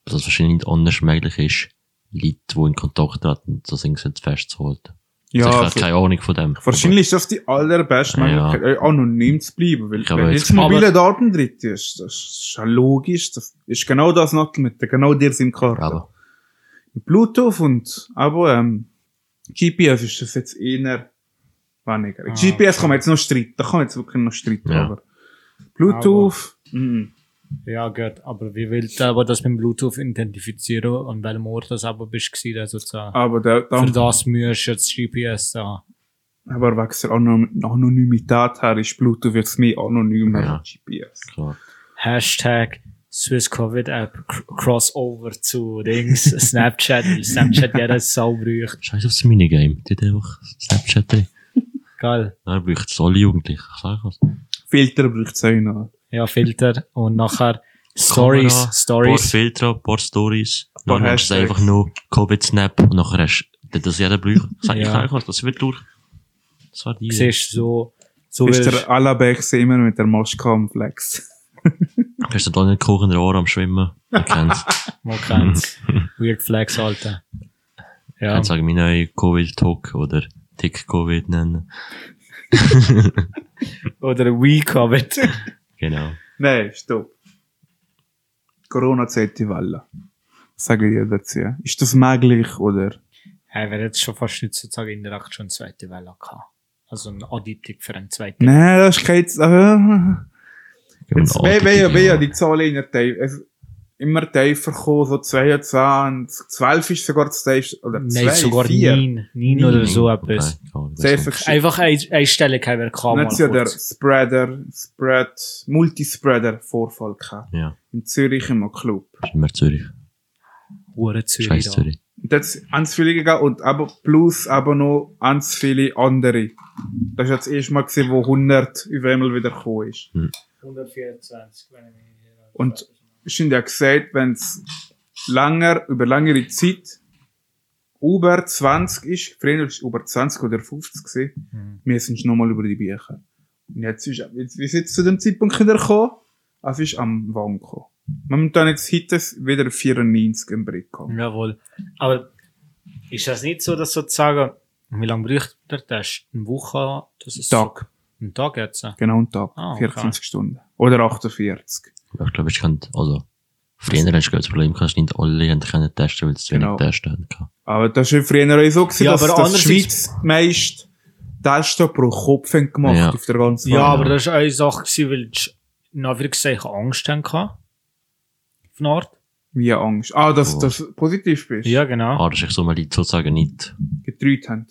Speaker 1: dass es wahrscheinlich nicht anders möglich ist, Leute, die in Kontakt treten, das irgendwie festzuhalten.
Speaker 2: Ja,
Speaker 1: also ich
Speaker 2: also-
Speaker 1: habe keine Ahnung von dem.
Speaker 2: Wahrscheinlich ist das die allerbeste
Speaker 1: Ja.
Speaker 2: Möglichkeit, euch anonym zu bleiben, weil
Speaker 1: Ich habe
Speaker 2: wenn
Speaker 1: jetzt-
Speaker 2: jetzt mobile
Speaker 3: Aber-
Speaker 2: Daten drin ist, das ist ja logisch, das ist genau das noch mit der- genau der SIM-Karte.
Speaker 1: Aber, aber
Speaker 2: Bluetooth und aber ähm, GPS ist das jetzt eher weniger.
Speaker 3: Ah,
Speaker 2: GPS kann man jetzt noch streiten, da kann man jetzt wirklich noch streiten,
Speaker 1: Ja.
Speaker 2: aber Bluetooth, mhm.
Speaker 3: Ja, gut, aber wie willst du aber das mit dem Bluetooth identifizieren, an welchem Ort das aber bist gewesen, also sozusagen.
Speaker 2: aber da, da,
Speaker 3: Für das musst du jetzt GPS da.
Speaker 2: aber wegen der Anon- Anonymität her ist Bluetooth jetzt mehr anonym
Speaker 1: Ja.
Speaker 2: als GPS.
Speaker 1: klar.
Speaker 3: Hashtag Swiss Covid App cr- Crossover zu Dings, Snapchat, weil Snapchat jeder Sau braucht.
Speaker 1: Scheiß auf das Minigame. Die hat einfach Snapchat drin.
Speaker 3: Geil.
Speaker 1: Dann bräuchte es alle Jugendlichen. Ich sag was.
Speaker 2: Filter braucht es auch noch.
Speaker 3: Ja, Filter und nachher Stories,
Speaker 1: Kamera, Ein paar
Speaker 3: Stories.
Speaker 1: Filter, ein paar Stories.
Speaker 2: paar
Speaker 1: Dann nimmst du es
Speaker 2: Hashtags.
Speaker 1: einfach nur Covid-Snap und nachher hast du das jeder bräuchte. Ich sag
Speaker 3: Ja.
Speaker 1: ja. was, das wird durch. Das war die.
Speaker 3: Du siehst so, so
Speaker 2: ist
Speaker 3: willst,
Speaker 2: der Alaba gewesen, immer mit der Maske am Flex.
Speaker 1: Hast du da nicht kochende Rohr am Schwimmen? Ich kenn's.
Speaker 3: man kann's. Weird Flags, Alter. Ja.
Speaker 1: Ich kann sagen, meine neue Covid-Talk oder Tick-Covid nennen.
Speaker 2: halt.
Speaker 3: Oder We Covid.
Speaker 1: Genau.
Speaker 2: Nein, stopp. Corona zählt die Welle. Was sagen die dazu? Ist das möglich oder?
Speaker 3: Hey, wir jetzt schon fast nicht sozusagen in der Nacht schon eine zweite Welle gehabt. Also ein Additiv für einen zweiten.
Speaker 2: Nein, das ist kein. Z-
Speaker 3: Genau,
Speaker 2: Ah.
Speaker 1: Gehen wir in alte
Speaker 2: Jetzt wäre wär, wär, ja
Speaker 1: Jahre.
Speaker 2: die Zahl immer tiefer. Es, immer tiefer gekommen, so 22, 12 ist sogar das tiefste. Oder 2,
Speaker 3: Nein, sogar
Speaker 2: 4.
Speaker 3: neun, nein
Speaker 2: Nein.
Speaker 3: oder so
Speaker 1: Okay,
Speaker 3: etwas.
Speaker 1: keine Ahnung,
Speaker 2: Safe
Speaker 1: weiss nicht.
Speaker 2: geschickt.
Speaker 3: Einfach eine, eine Stelle kann wir kaum
Speaker 2: Nicht so der Spreader, Spread, Multispreader-Vorfall gehabt.
Speaker 1: Ja,
Speaker 2: In Zürich im Club.
Speaker 1: ist immer Zürich.
Speaker 3: Hure Zürich.
Speaker 1: Scheiß
Speaker 3: da.
Speaker 1: Zürich.
Speaker 2: Und das ist ganz viele gegangen und aber plus aber noch ganz viele andere. Das war das erste Mal, gewesen, wo 100 auf einmal wieder gekommen ist.
Speaker 3: 124, wenn ich mich nicht irre.
Speaker 2: Und ich habe ja gesagt, wenn es langer, über längere Zeit über 20 ist, früher war es über 20 oder 50 gewesen,
Speaker 3: Mhm.
Speaker 2: müssen wir nochmal über die Bücher. Und jetzt ist, jetzt, wie ist jetzt zu dem Zeitpunkt wieder gekommen? Es ist am Wann gekommen. Momentan jetzt heute ist wieder 94 im Brett gekommen.
Speaker 3: Jawohl. Aber ist das nicht so, dass sozusagen, wie lange braucht der Test? Eine Woche? Das ist
Speaker 2: Tag.
Speaker 3: So, ein Tag jetzt? äh?
Speaker 2: Genau einen Tag.
Speaker 3: Ah, okay.
Speaker 2: 24 Stunden. Oder 48.
Speaker 1: Ja, Ich glaube, ich könnte, also, früher hast du das Problem gehabt, dass nicht alle haben können testen, weil sie zu wenig
Speaker 2: Genau.
Speaker 1: testen haben. gehabt.
Speaker 2: Aber das war ja früher auch so, gewesen,
Speaker 3: Ja,
Speaker 2: dass,
Speaker 3: aber
Speaker 2: dass die
Speaker 3: andererseits-
Speaker 2: Schweiz meist Tests pro Kopf haben gemacht
Speaker 1: Ja.
Speaker 2: auf der ganzen
Speaker 3: Ja,
Speaker 2: Welt.
Speaker 3: aber
Speaker 1: genau.
Speaker 3: das war eine Sache, gewesen, weil ich nach gesagt Angst hatten. Auf eine Art.
Speaker 2: Wie Angst. Ah, dass
Speaker 1: Oh.
Speaker 2: das positiv bist.
Speaker 3: Ja, genau.
Speaker 1: Ah, das ist so mal Leute sozusagen nicht.
Speaker 2: Getreut haben.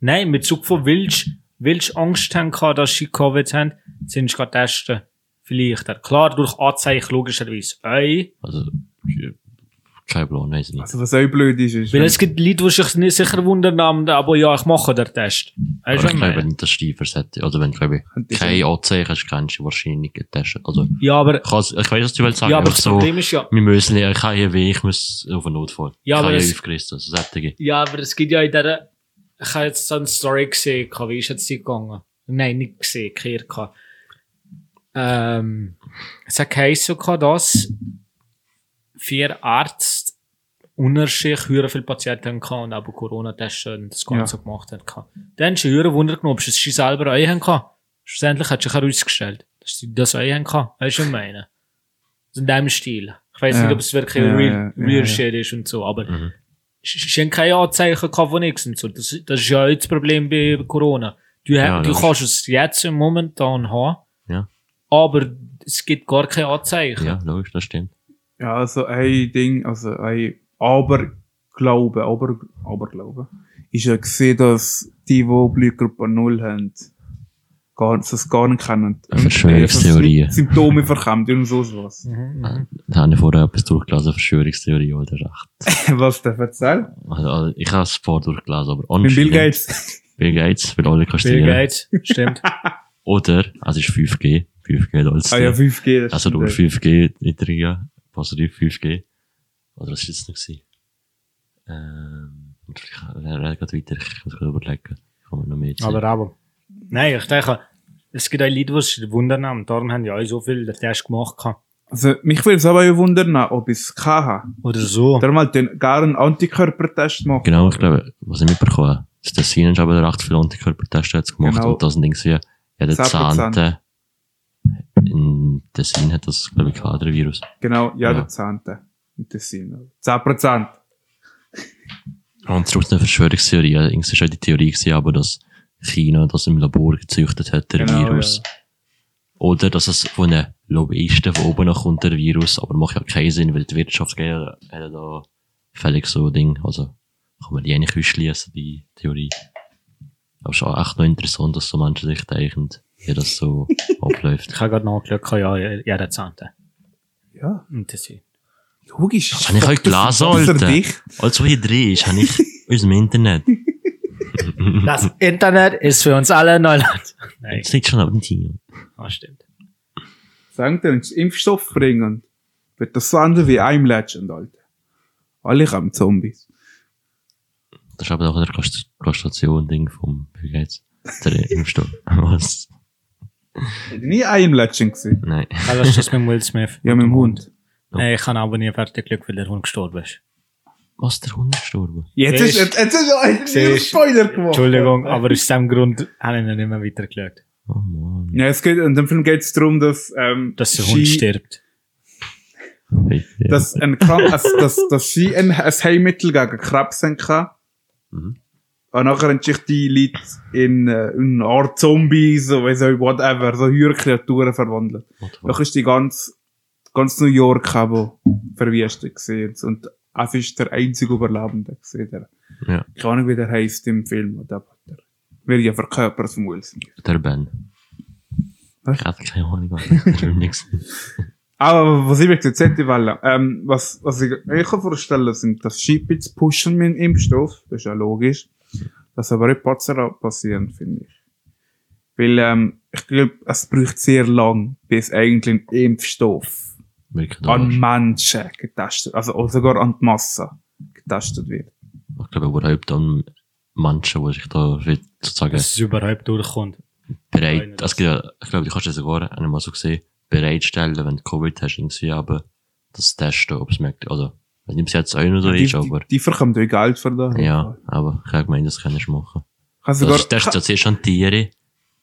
Speaker 3: Nein, mit Zug von willst, willst Angst haben, gehabt, dass sie Covid haben, sind sie gerade testen. Vielleicht. Klar, durch Anzeichen logischerweise. Ei.
Speaker 1: Also, ich- kein Plan, weiß ich nicht.
Speaker 2: Also was auch blöd ist, ist
Speaker 3: Weil
Speaker 2: wenn-
Speaker 3: es gibt Leute, die sich nicht sicher wundern, haben, aber ja, ich mache den Test. Weißt
Speaker 1: Aber
Speaker 3: du,
Speaker 1: ich
Speaker 3: was ich
Speaker 1: glaube
Speaker 3: meine?
Speaker 1: nicht, dass die versetzt, also wenn, glaube
Speaker 2: Könnte
Speaker 1: ich, keine Anzeichen hast, kannst du wahrscheinlich nicht getestet. Also, ich,
Speaker 3: Ja, aber,
Speaker 1: kann's- ich weiß, was du willst sagen,
Speaker 3: ja, aber
Speaker 1: aber
Speaker 3: das
Speaker 1: so,
Speaker 3: Problem ist ja,
Speaker 1: wir müssen ja, ich habe hier weh, ich muss auf einen Notfall.
Speaker 3: Ja,
Speaker 1: ich
Speaker 3: aber
Speaker 1: habe
Speaker 3: es-
Speaker 1: ja aufgerissen, also, sättige.
Speaker 3: ja, aber es gibt ja in dieser, ich habe jetzt so eine Story gesehen, gehabt, wie ist jetzt die gegangen? Nein, nicht gesehen, gehört. gehabt. Ähm, es hat geheißen, gehabt, dass vier Ärzte unterschiedlich höher viele Patienten hatten und aber Corona-Tests und das Ganze gemacht haben. gehabt. Dann hast du höher Wunder genommen, ob sie es selber euch hatten. Schlussendlich hat sich herausgestellt, dass sie das euch hatten. Weißt du, was ich meine? Also in diesem Stil. Ich weiß
Speaker 2: Ja.
Speaker 3: nicht, ob es wirklich
Speaker 2: Ja,
Speaker 3: real,
Speaker 2: ja,
Speaker 3: real
Speaker 2: ja.
Speaker 3: shit ist und so, aber
Speaker 1: Mhm.
Speaker 3: es mhm. keine Anzeichen gehabt von nichts und so. Das, das ist ja jetzt das Problem bei Corona. Du,
Speaker 1: Ja,
Speaker 3: du
Speaker 1: logisch.
Speaker 3: kannst es jetzt im momentan haben,
Speaker 1: Ja.
Speaker 3: aber es gibt gar keine Anzeichen.
Speaker 1: Ja, logisch, das stimmt.
Speaker 2: Ja, also ein Ding, also ein Aberglaube, Aber, Aberglaube, ist ja gesehen, dass die, die Blutgruppe 0 haben, gar, das gar nicht kennen.
Speaker 1: Eine Verschwörungstheorie.
Speaker 2: Und, äh, Symptome verkommen und so was.
Speaker 3: Mhm, mhm.
Speaker 1: Da habe ich vorher etwas durchgelesen, Verschwörungstheorie, oder recht.
Speaker 2: was der erzählt?
Speaker 1: Also, also, ich habe es paar durchgelesen, aber
Speaker 2: Mit Bill
Speaker 1: anscheinend-
Speaker 2: Gates.
Speaker 1: Bill Gates, weil alle
Speaker 3: Bill
Speaker 1: kastrieren.
Speaker 3: Gates, stimmt.
Speaker 1: Oder, also, es ist 5G. 5G da als
Speaker 2: Ah ja,
Speaker 1: die-
Speaker 2: 5G, das
Speaker 1: Also
Speaker 2: stimmt,
Speaker 1: durch
Speaker 2: ja.
Speaker 1: 5G in der Ria, positiv 5G. Oder was war das noch? gewesen? Ähm, und vielleicht rede ich gerade weiter, ich muss gerade überlegen. Ich kann mir noch mehr erzählen.
Speaker 3: Aber aber. Nein, ich denke, es gibt auch Leute, die sich wundern haben. Darum haben ja auch so viel den Test gemacht. gehabt.
Speaker 2: Also, mich würde es aber wundern, ob ich es kann habe.
Speaker 3: Oder so.
Speaker 2: Darum halt den, gar einen Antikörpertest machen.
Speaker 1: Oh. Genau, ich glaube, was ich mitbekommen habe, das Tessin ist aber recht viele Antikörpertests jetzt gemacht
Speaker 2: Genau.
Speaker 1: und das sind irgendwie jeder
Speaker 2: 10%.
Speaker 1: Zehnte in Tessin hat das, glaube ich, Quadrivirus.
Speaker 2: Genau, ja,
Speaker 1: Ja.
Speaker 2: der Zehnte. Und das sind 10%.
Speaker 1: Und zurück zu den Verschwörungstheorien. Irgendwie war auch die Theorie, gewesen, aber dass China das im Labor gezüchtet hat, der
Speaker 2: Genau,
Speaker 1: Virus.
Speaker 2: ja.
Speaker 1: Oder dass es von den Lobbyisten von oben nach kommt, der Virus. Aber macht ja keinen Sinn, weil die Wirtschaft hat ja da völlig so Ding. Also kann man die eigentlich ausschließen, die Theorie. Aber schon echt noch interessant, dass so Menschen sich denken, wie das so abläuft.
Speaker 3: Ich habe gerade noch Glück gehabt, ja, jeder Zehnte.
Speaker 2: Ja,
Speaker 3: Und das ist.
Speaker 2: logisch.
Speaker 1: Das habe ich euch gelesen,
Speaker 2: Für
Speaker 1: Alter.
Speaker 2: dich.
Speaker 1: Als was Also, hier drin ist, habe ich aus dem Internet.
Speaker 3: Das Internet ist für uns alle Neuland. Nein,
Speaker 1: Jetzt liegt schon auf dem Team.
Speaker 3: das stimmt.
Speaker 2: Sagen dir, wenn sie Impfstoff bringen, wird das so anders wie I'm Legend, Alter. Alle haben Zombies.
Speaker 1: Das ist aber auch der Kost- Konstellation-Ding vom Bill Gates. Der Impfstoff. Was?
Speaker 2: Hätte nie I'm Legend gesehen.
Speaker 1: Nein.
Speaker 3: Also ist das mit dem Will Smith.
Speaker 2: Ja, mit dem Hund.
Speaker 3: Nein, ich habe aber nie fertig Glück, weil der Hund gestorben ist.
Speaker 2: Oh,
Speaker 1: Was, der Hund ist gestorben?
Speaker 2: Jetzt ist,
Speaker 3: Siehst-
Speaker 2: jetzt, jetzt ist ein
Speaker 3: Siehst-
Speaker 2: Spoiler gemacht.
Speaker 3: Entschuldigung, aber aus diesem Grund habe ich ihn nicht mehr weitergeschaut.
Speaker 1: Oh Mann.
Speaker 2: Ja, es geht, in dem Film geht es darum, dass, ähm,
Speaker 3: Dass der
Speaker 2: sie-
Speaker 3: Hund stirbt.
Speaker 1: Bitte.
Speaker 2: dass, ein Kram, dass, dass, dass sie ein, ein Heilmittel gegen Krebs haben kann.
Speaker 1: Mhm.
Speaker 2: Und nachher haben sich die Leute in, äh, in eine Art Zombies, so weiss ich, whatever, so Hürkreaturen verwandelt.
Speaker 1: What the
Speaker 2: Nachher
Speaker 1: fuck?
Speaker 2: ist die ganz, ganz New York aber verwüstet gesehen. Und F ist der einzige Überlebende gesehen. Der,
Speaker 1: Ja,
Speaker 2: keine Ahnung, wie der heisst im Film, oder? aber Der wird ja verkörpert vom Will Smith.
Speaker 1: der Ben.
Speaker 2: Was?
Speaker 1: Ich hatte keine Ahnung, was ich will nichts.
Speaker 2: Aber was ich wirklich jetzt hätte wollen, ähm, was, was ich mir kann vorstellen sind, dass Sheepits pushen mit dem Impfstoff, das ist ja logisch, dass aber nicht Patzer passieren, finde ich. Weil, ähm, ich glaube, es braucht sehr lang, bis eigentlich ein Impfstoff
Speaker 1: Wirklich
Speaker 2: an
Speaker 1: Arsch.
Speaker 2: Menschen getestet, also oder sogar an die Masse getestet wird.
Speaker 1: Ich glaube überhaupt an Menschen, die sich da für- sozusagen
Speaker 3: Dass es überhaupt durchkommt. Nein,
Speaker 1: bereit,
Speaker 3: das-
Speaker 1: es gibt ja, ich glaube, du kannst das sogar einmal so gesehen, bereitstellen, wenn du Covid hast, irgendwie, aber das testen, ob es merkt, also, wenn nimmst jetzt ein oder
Speaker 2: die,
Speaker 1: Also ist,
Speaker 2: die,
Speaker 1: aber,
Speaker 2: die verkommen euch Geld für das.
Speaker 1: ja, aber ich habe gemeint, das kannst du machen. Also,
Speaker 2: Kann sogar,
Speaker 1: Das testest du zuerst an Tiere,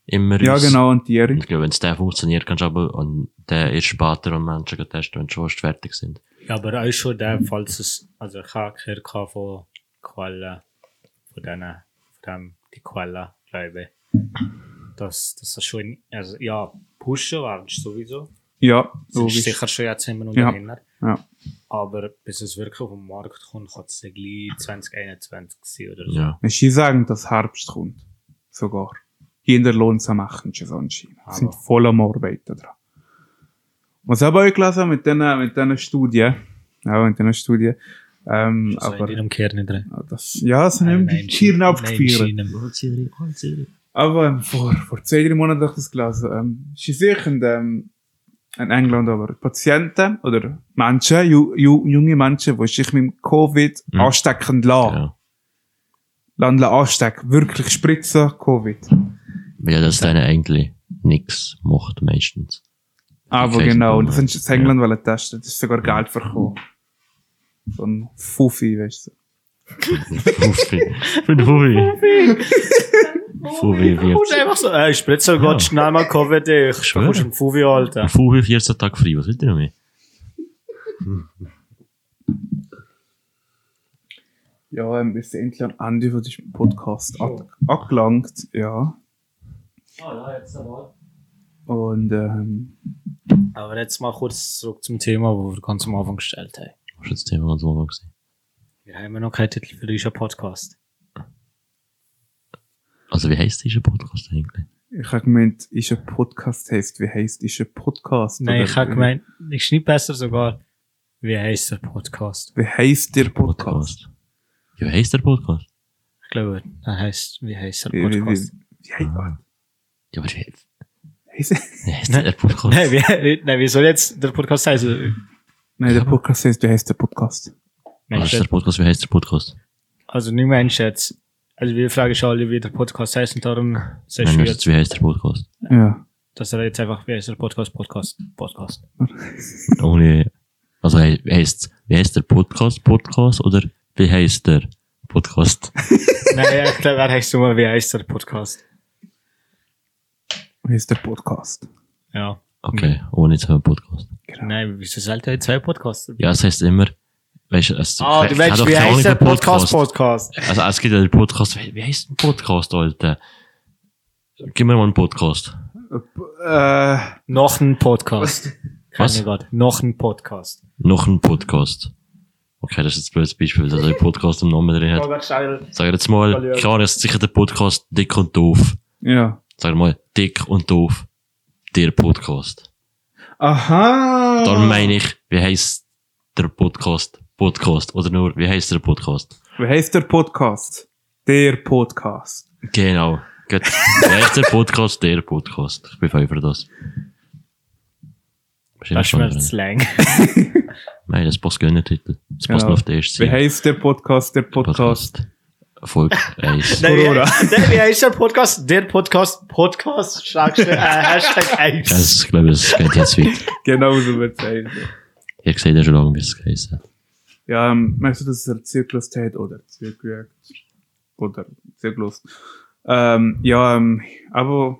Speaker 1: immer
Speaker 2: Also ja,
Speaker 1: aus.
Speaker 2: genau, und
Speaker 1: Und
Speaker 2: Tiere.
Speaker 1: Ich glaube, wenn es der funktioniert, kannst du aber an der erst später an Menschen testen, wenn sie schon fast fertig sind.
Speaker 3: Ja, aber auch schon der, falls es, also ich habe gehört gehabt von Quellen, von denen, von dem, die Quellen, glaube ich, dass, dass das schon, also ja, pushen werdest du sowieso.
Speaker 2: Ja,
Speaker 3: Das
Speaker 2: logisch.
Speaker 3: ist sicher schon jetzt immer noch
Speaker 2: Ja.
Speaker 3: dahinter.
Speaker 2: Ja.
Speaker 3: Aber bis es wirklich auf den Markt kommt, kann es ja gleich 2021 sein oder so.
Speaker 1: Ja.
Speaker 2: Ich sagen, dass Herbst kommt. Sogar. Hier in der Lonza machen sie es anscheinend. Sie sind
Speaker 3: Aber-
Speaker 2: voll am Arbeiten dran. Was habe ich auch gelesen mit diesen, mit diesen Studien? Ja, mit diesen Studien. Ähm,
Speaker 3: Also in
Speaker 2: aber,
Speaker 3: einem Kern nicht drin.
Speaker 2: das, ja, sie haben die Tieren abgeführt. Aber ähm, vor, vor zwei, drei Monaten habe ich das gelesen. Ähm, sie sehen ähm, in England aber Patienten oder Menschen, ju, ju, junge Menschen, die sich mit dem Covid
Speaker 1: Mhm.
Speaker 2: anstecken lassen.
Speaker 1: Ja.
Speaker 2: Lassen anstecken. Wirklich spritzen Covid.
Speaker 1: Weil das dann eigentlich nichts macht, meistens.
Speaker 2: Aber
Speaker 1: Okay,
Speaker 2: genau,
Speaker 1: super,
Speaker 2: und das haben sie in
Speaker 1: ja.
Speaker 2: England wollen testen. Das ist sogar Geld verkauft. So ein Fuffi, weißt du.
Speaker 1: Fuffi. Mit Fuffi. Fuffi
Speaker 3: Du musst
Speaker 1: wird.
Speaker 3: einfach so, ey, Spritzel,
Speaker 1: Ja.
Speaker 3: Gott, schnell mal Covid, ich
Speaker 1: schwöre.
Speaker 3: schwöre. Du Fuvi, Alter.
Speaker 1: Fuffi 14 Tage frei, was will der noch mehr?
Speaker 2: Ja, ähm, wir sind endlich an Ende von diesem Podcast an- angelangt. Ja. Und ähm,
Speaker 3: Aber jetzt mal kurz zurück zum Thema, das wir ganz am Anfang gestellt haben.
Speaker 1: Was war das Thema ganz am Anfang? gewesen?
Speaker 3: Wir haben ja noch keinen Titel für unseren Podcast.
Speaker 1: Also, wie heisst dieser Podcast eigentlich?
Speaker 2: ich habe gemeint, ist ein Podcast heißt, wie heißt ist ein Podcast?
Speaker 3: Nein,
Speaker 2: Oder
Speaker 3: ich habe
Speaker 2: wie-
Speaker 3: gemeint, ist nicht besser sogar, wie heißt der Podcast?
Speaker 2: Wie heißt der Podcast?
Speaker 1: Ja, wie heisst der Podcast?
Speaker 3: Ich glaube, er heißt, wie heißt der
Speaker 2: Wie, wie,
Speaker 3: Podcast?
Speaker 2: wie, wie heißt
Speaker 1: Ja, aber wie, Heißt der Podcast?
Speaker 3: Nein, wie, nein, wie soll jetzt der Podcast heißen?
Speaker 2: Nein, der Podcast heißt, du heißt der Podcast.
Speaker 1: Was
Speaker 3: Mensch,
Speaker 1: ist der Podcast? Wie heißt der Podcast?
Speaker 3: also nicht Mensch jetzt. Also wir fragen schon alle, wie der Podcast heißt und darum sehr
Speaker 1: Nein,
Speaker 3: schwer,
Speaker 1: erstens, wie heißt der Podcast?
Speaker 2: Ja.
Speaker 3: dass er jetzt einfach, wie heißt der Podcast, Podcast, Podcast.
Speaker 1: Ohne. Also he- heißt wie heißt der Podcast Podcast oder wie heißt der Podcast?
Speaker 3: nein, ich glaube, er heißt nur, wie heißt der Podcast.
Speaker 2: Wie heißt der Podcast?
Speaker 3: Ja.
Speaker 1: Okay, ohne zu haben Podcast.
Speaker 3: Nein, wieso sollte er zwei Podcasts?
Speaker 1: Ja, es heißt immer, weißt du, es
Speaker 3: Ah, du
Speaker 1: ich hab
Speaker 3: meinst,
Speaker 1: doch
Speaker 3: wie
Speaker 1: keine Ahnung
Speaker 3: heißt der
Speaker 1: vom
Speaker 3: Podcast, Podcast?
Speaker 1: Also es gibt ja den Podcast, wie, wie heißt ein Podcast, Alter? Gib mir mal einen Podcast.
Speaker 2: Äh,
Speaker 3: Noch ein Podcast.
Speaker 1: Was?
Speaker 3: Keine Gott. Noch ein Podcast.
Speaker 1: Noch ein Podcast. Okay, das ist jetzt ein blödes Beispiel, dass ein Podcast im Namen drin
Speaker 3: Oh
Speaker 1: hat. Sag jetzt mal, klar, ist sicher der Podcast dick und doof.
Speaker 2: ja.
Speaker 1: Sag mal, dick und doof. Der Podcast.
Speaker 2: Aha!
Speaker 1: Darum meine ich, wie heißt der Podcast? Podcast. Oder nur, wie heißt der Podcast?
Speaker 2: Wie heißt der Podcast? Der Podcast.
Speaker 1: Genau. Gut. Wie heißt der Podcast? Der Podcast. Ich bin voll für das.
Speaker 3: Das
Speaker 1: Wahrscheinlich
Speaker 3: ist
Speaker 1: schon
Speaker 3: mir
Speaker 1: drin.
Speaker 3: zu lang.
Speaker 1: Nein, das passt gar nicht Titel. Das passt
Speaker 2: Ja.
Speaker 3: Genau.
Speaker 1: nur auf den ersten
Speaker 2: Wie heißt der Podcast? Der Podcast.
Speaker 1: Folge 1.
Speaker 3: Nein, wie,
Speaker 2: Aurora.
Speaker 3: nein, wie heißt der Podcast? Der Podcast, Podcast, Schlagstrich, äh, Hashtag 1.
Speaker 1: Das ist, glaube Also, ich, das geht jetzt weit.
Speaker 2: Genau so wird es heißen.
Speaker 1: Ihr seht ja schon lange, wie es geheißen hat.
Speaker 2: Ja, ähm, merkst du, dass es der Zyklus hat oder Zyklus? Oder Zyklus. Ähm, ja, ähm, aber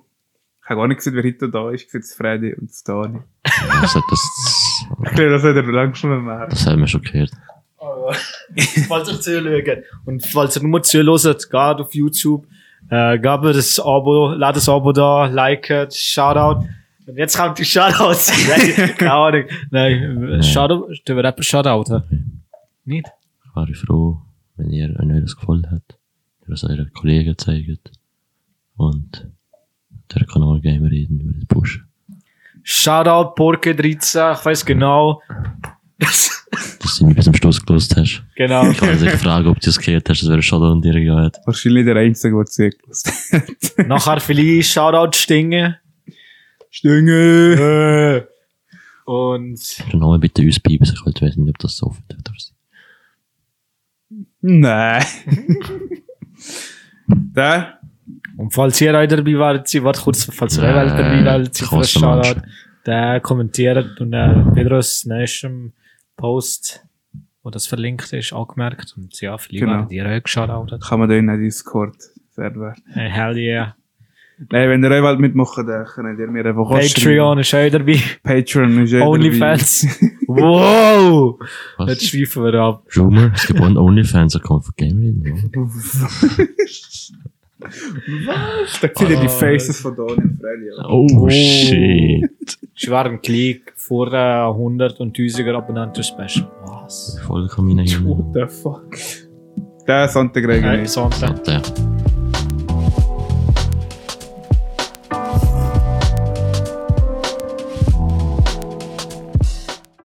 Speaker 2: ich habe gar nicht gesehen, wer heute da ist. Ich sehe das Freddy und das Dani.
Speaker 1: Das, hat- Also, das,
Speaker 2: Ich glaube, das hat er lange schon gemacht.
Speaker 1: das haben wir schon gehört.
Speaker 3: Aber, falls ihr zuschaut und falls ihr nur zuhört, geht auf YouTube, äh, gebt mir das Abo, ladet das Abo da, liket, Shoutout. Und jetzt kommt die Shoutouts. Nein, Keine Ahnung. Nein, Shoutout, der Rapper Shoutout. hä? Nicht?
Speaker 1: Ich wäre froh, wenn ihr euch das gefallen hat, ihr es euren Kollegen zeigt und der Kanal Gamer reden würdet pushen.
Speaker 3: Shoutout, Porke 13, ich weiß genau.
Speaker 1: Dass du nicht bis zum Schluss gelost hast.
Speaker 3: genau.
Speaker 1: Ich kann dich fragen, ob du es gehört hast, das wäre schade an dir gegangen.
Speaker 2: Wahrscheinlich der Einzige, der Zyklus hat.
Speaker 3: Nachher vielleicht Shoutout Stinge.
Speaker 2: Stünge!
Speaker 3: Äh. Und
Speaker 1: Den Namen bitte uns piepsen, ich halt weiß nicht, ob das so offen darf sein.
Speaker 2: Nein. da?
Speaker 3: Und falls ihr auch dabei wart, sie wart kurz, falls ihr auch
Speaker 1: Nein,
Speaker 3: dabei wart, sie
Speaker 1: krasse
Speaker 3: frisch schaut,
Speaker 1: Menschen.
Speaker 3: der kommentiert und äh, der Pedros nächstem Post, wo das verlinkt ist, angemerkt. Und ja, vielleicht
Speaker 2: Genau.
Speaker 3: genau. ihr auch geschaut.
Speaker 2: Kann man da in den Discord-Server.
Speaker 3: Hey, hell yeah.
Speaker 2: Nein, wenn ihr euch wollt mitmachen wollt, dann könnt ihr mir einfach was
Speaker 3: Patreon ist auch dabei.
Speaker 2: schreiben. Patreon ist jeder
Speaker 3: Onlyfans. wow! Jetzt
Speaker 1: Was?
Speaker 3: schweifen wir ab.
Speaker 1: Rumor, es gibt einen OnlyFans-Account ne? für Gamer reden.
Speaker 2: dabei. was? Da seht ihr
Speaker 3: Ah,
Speaker 2: die Faces von Dani und Freddy. oder?
Speaker 1: Oh,
Speaker 3: Oh.
Speaker 1: shit.
Speaker 3: Ich war im Klick vor äh, 100 und 1000er Abonnenten Special. Was?
Speaker 1: Voll kann ich
Speaker 2: What the fuck? Der Sonntag regnet
Speaker 3: Nein,
Speaker 2: nicht.
Speaker 3: Sonntag.
Speaker 1: nicht.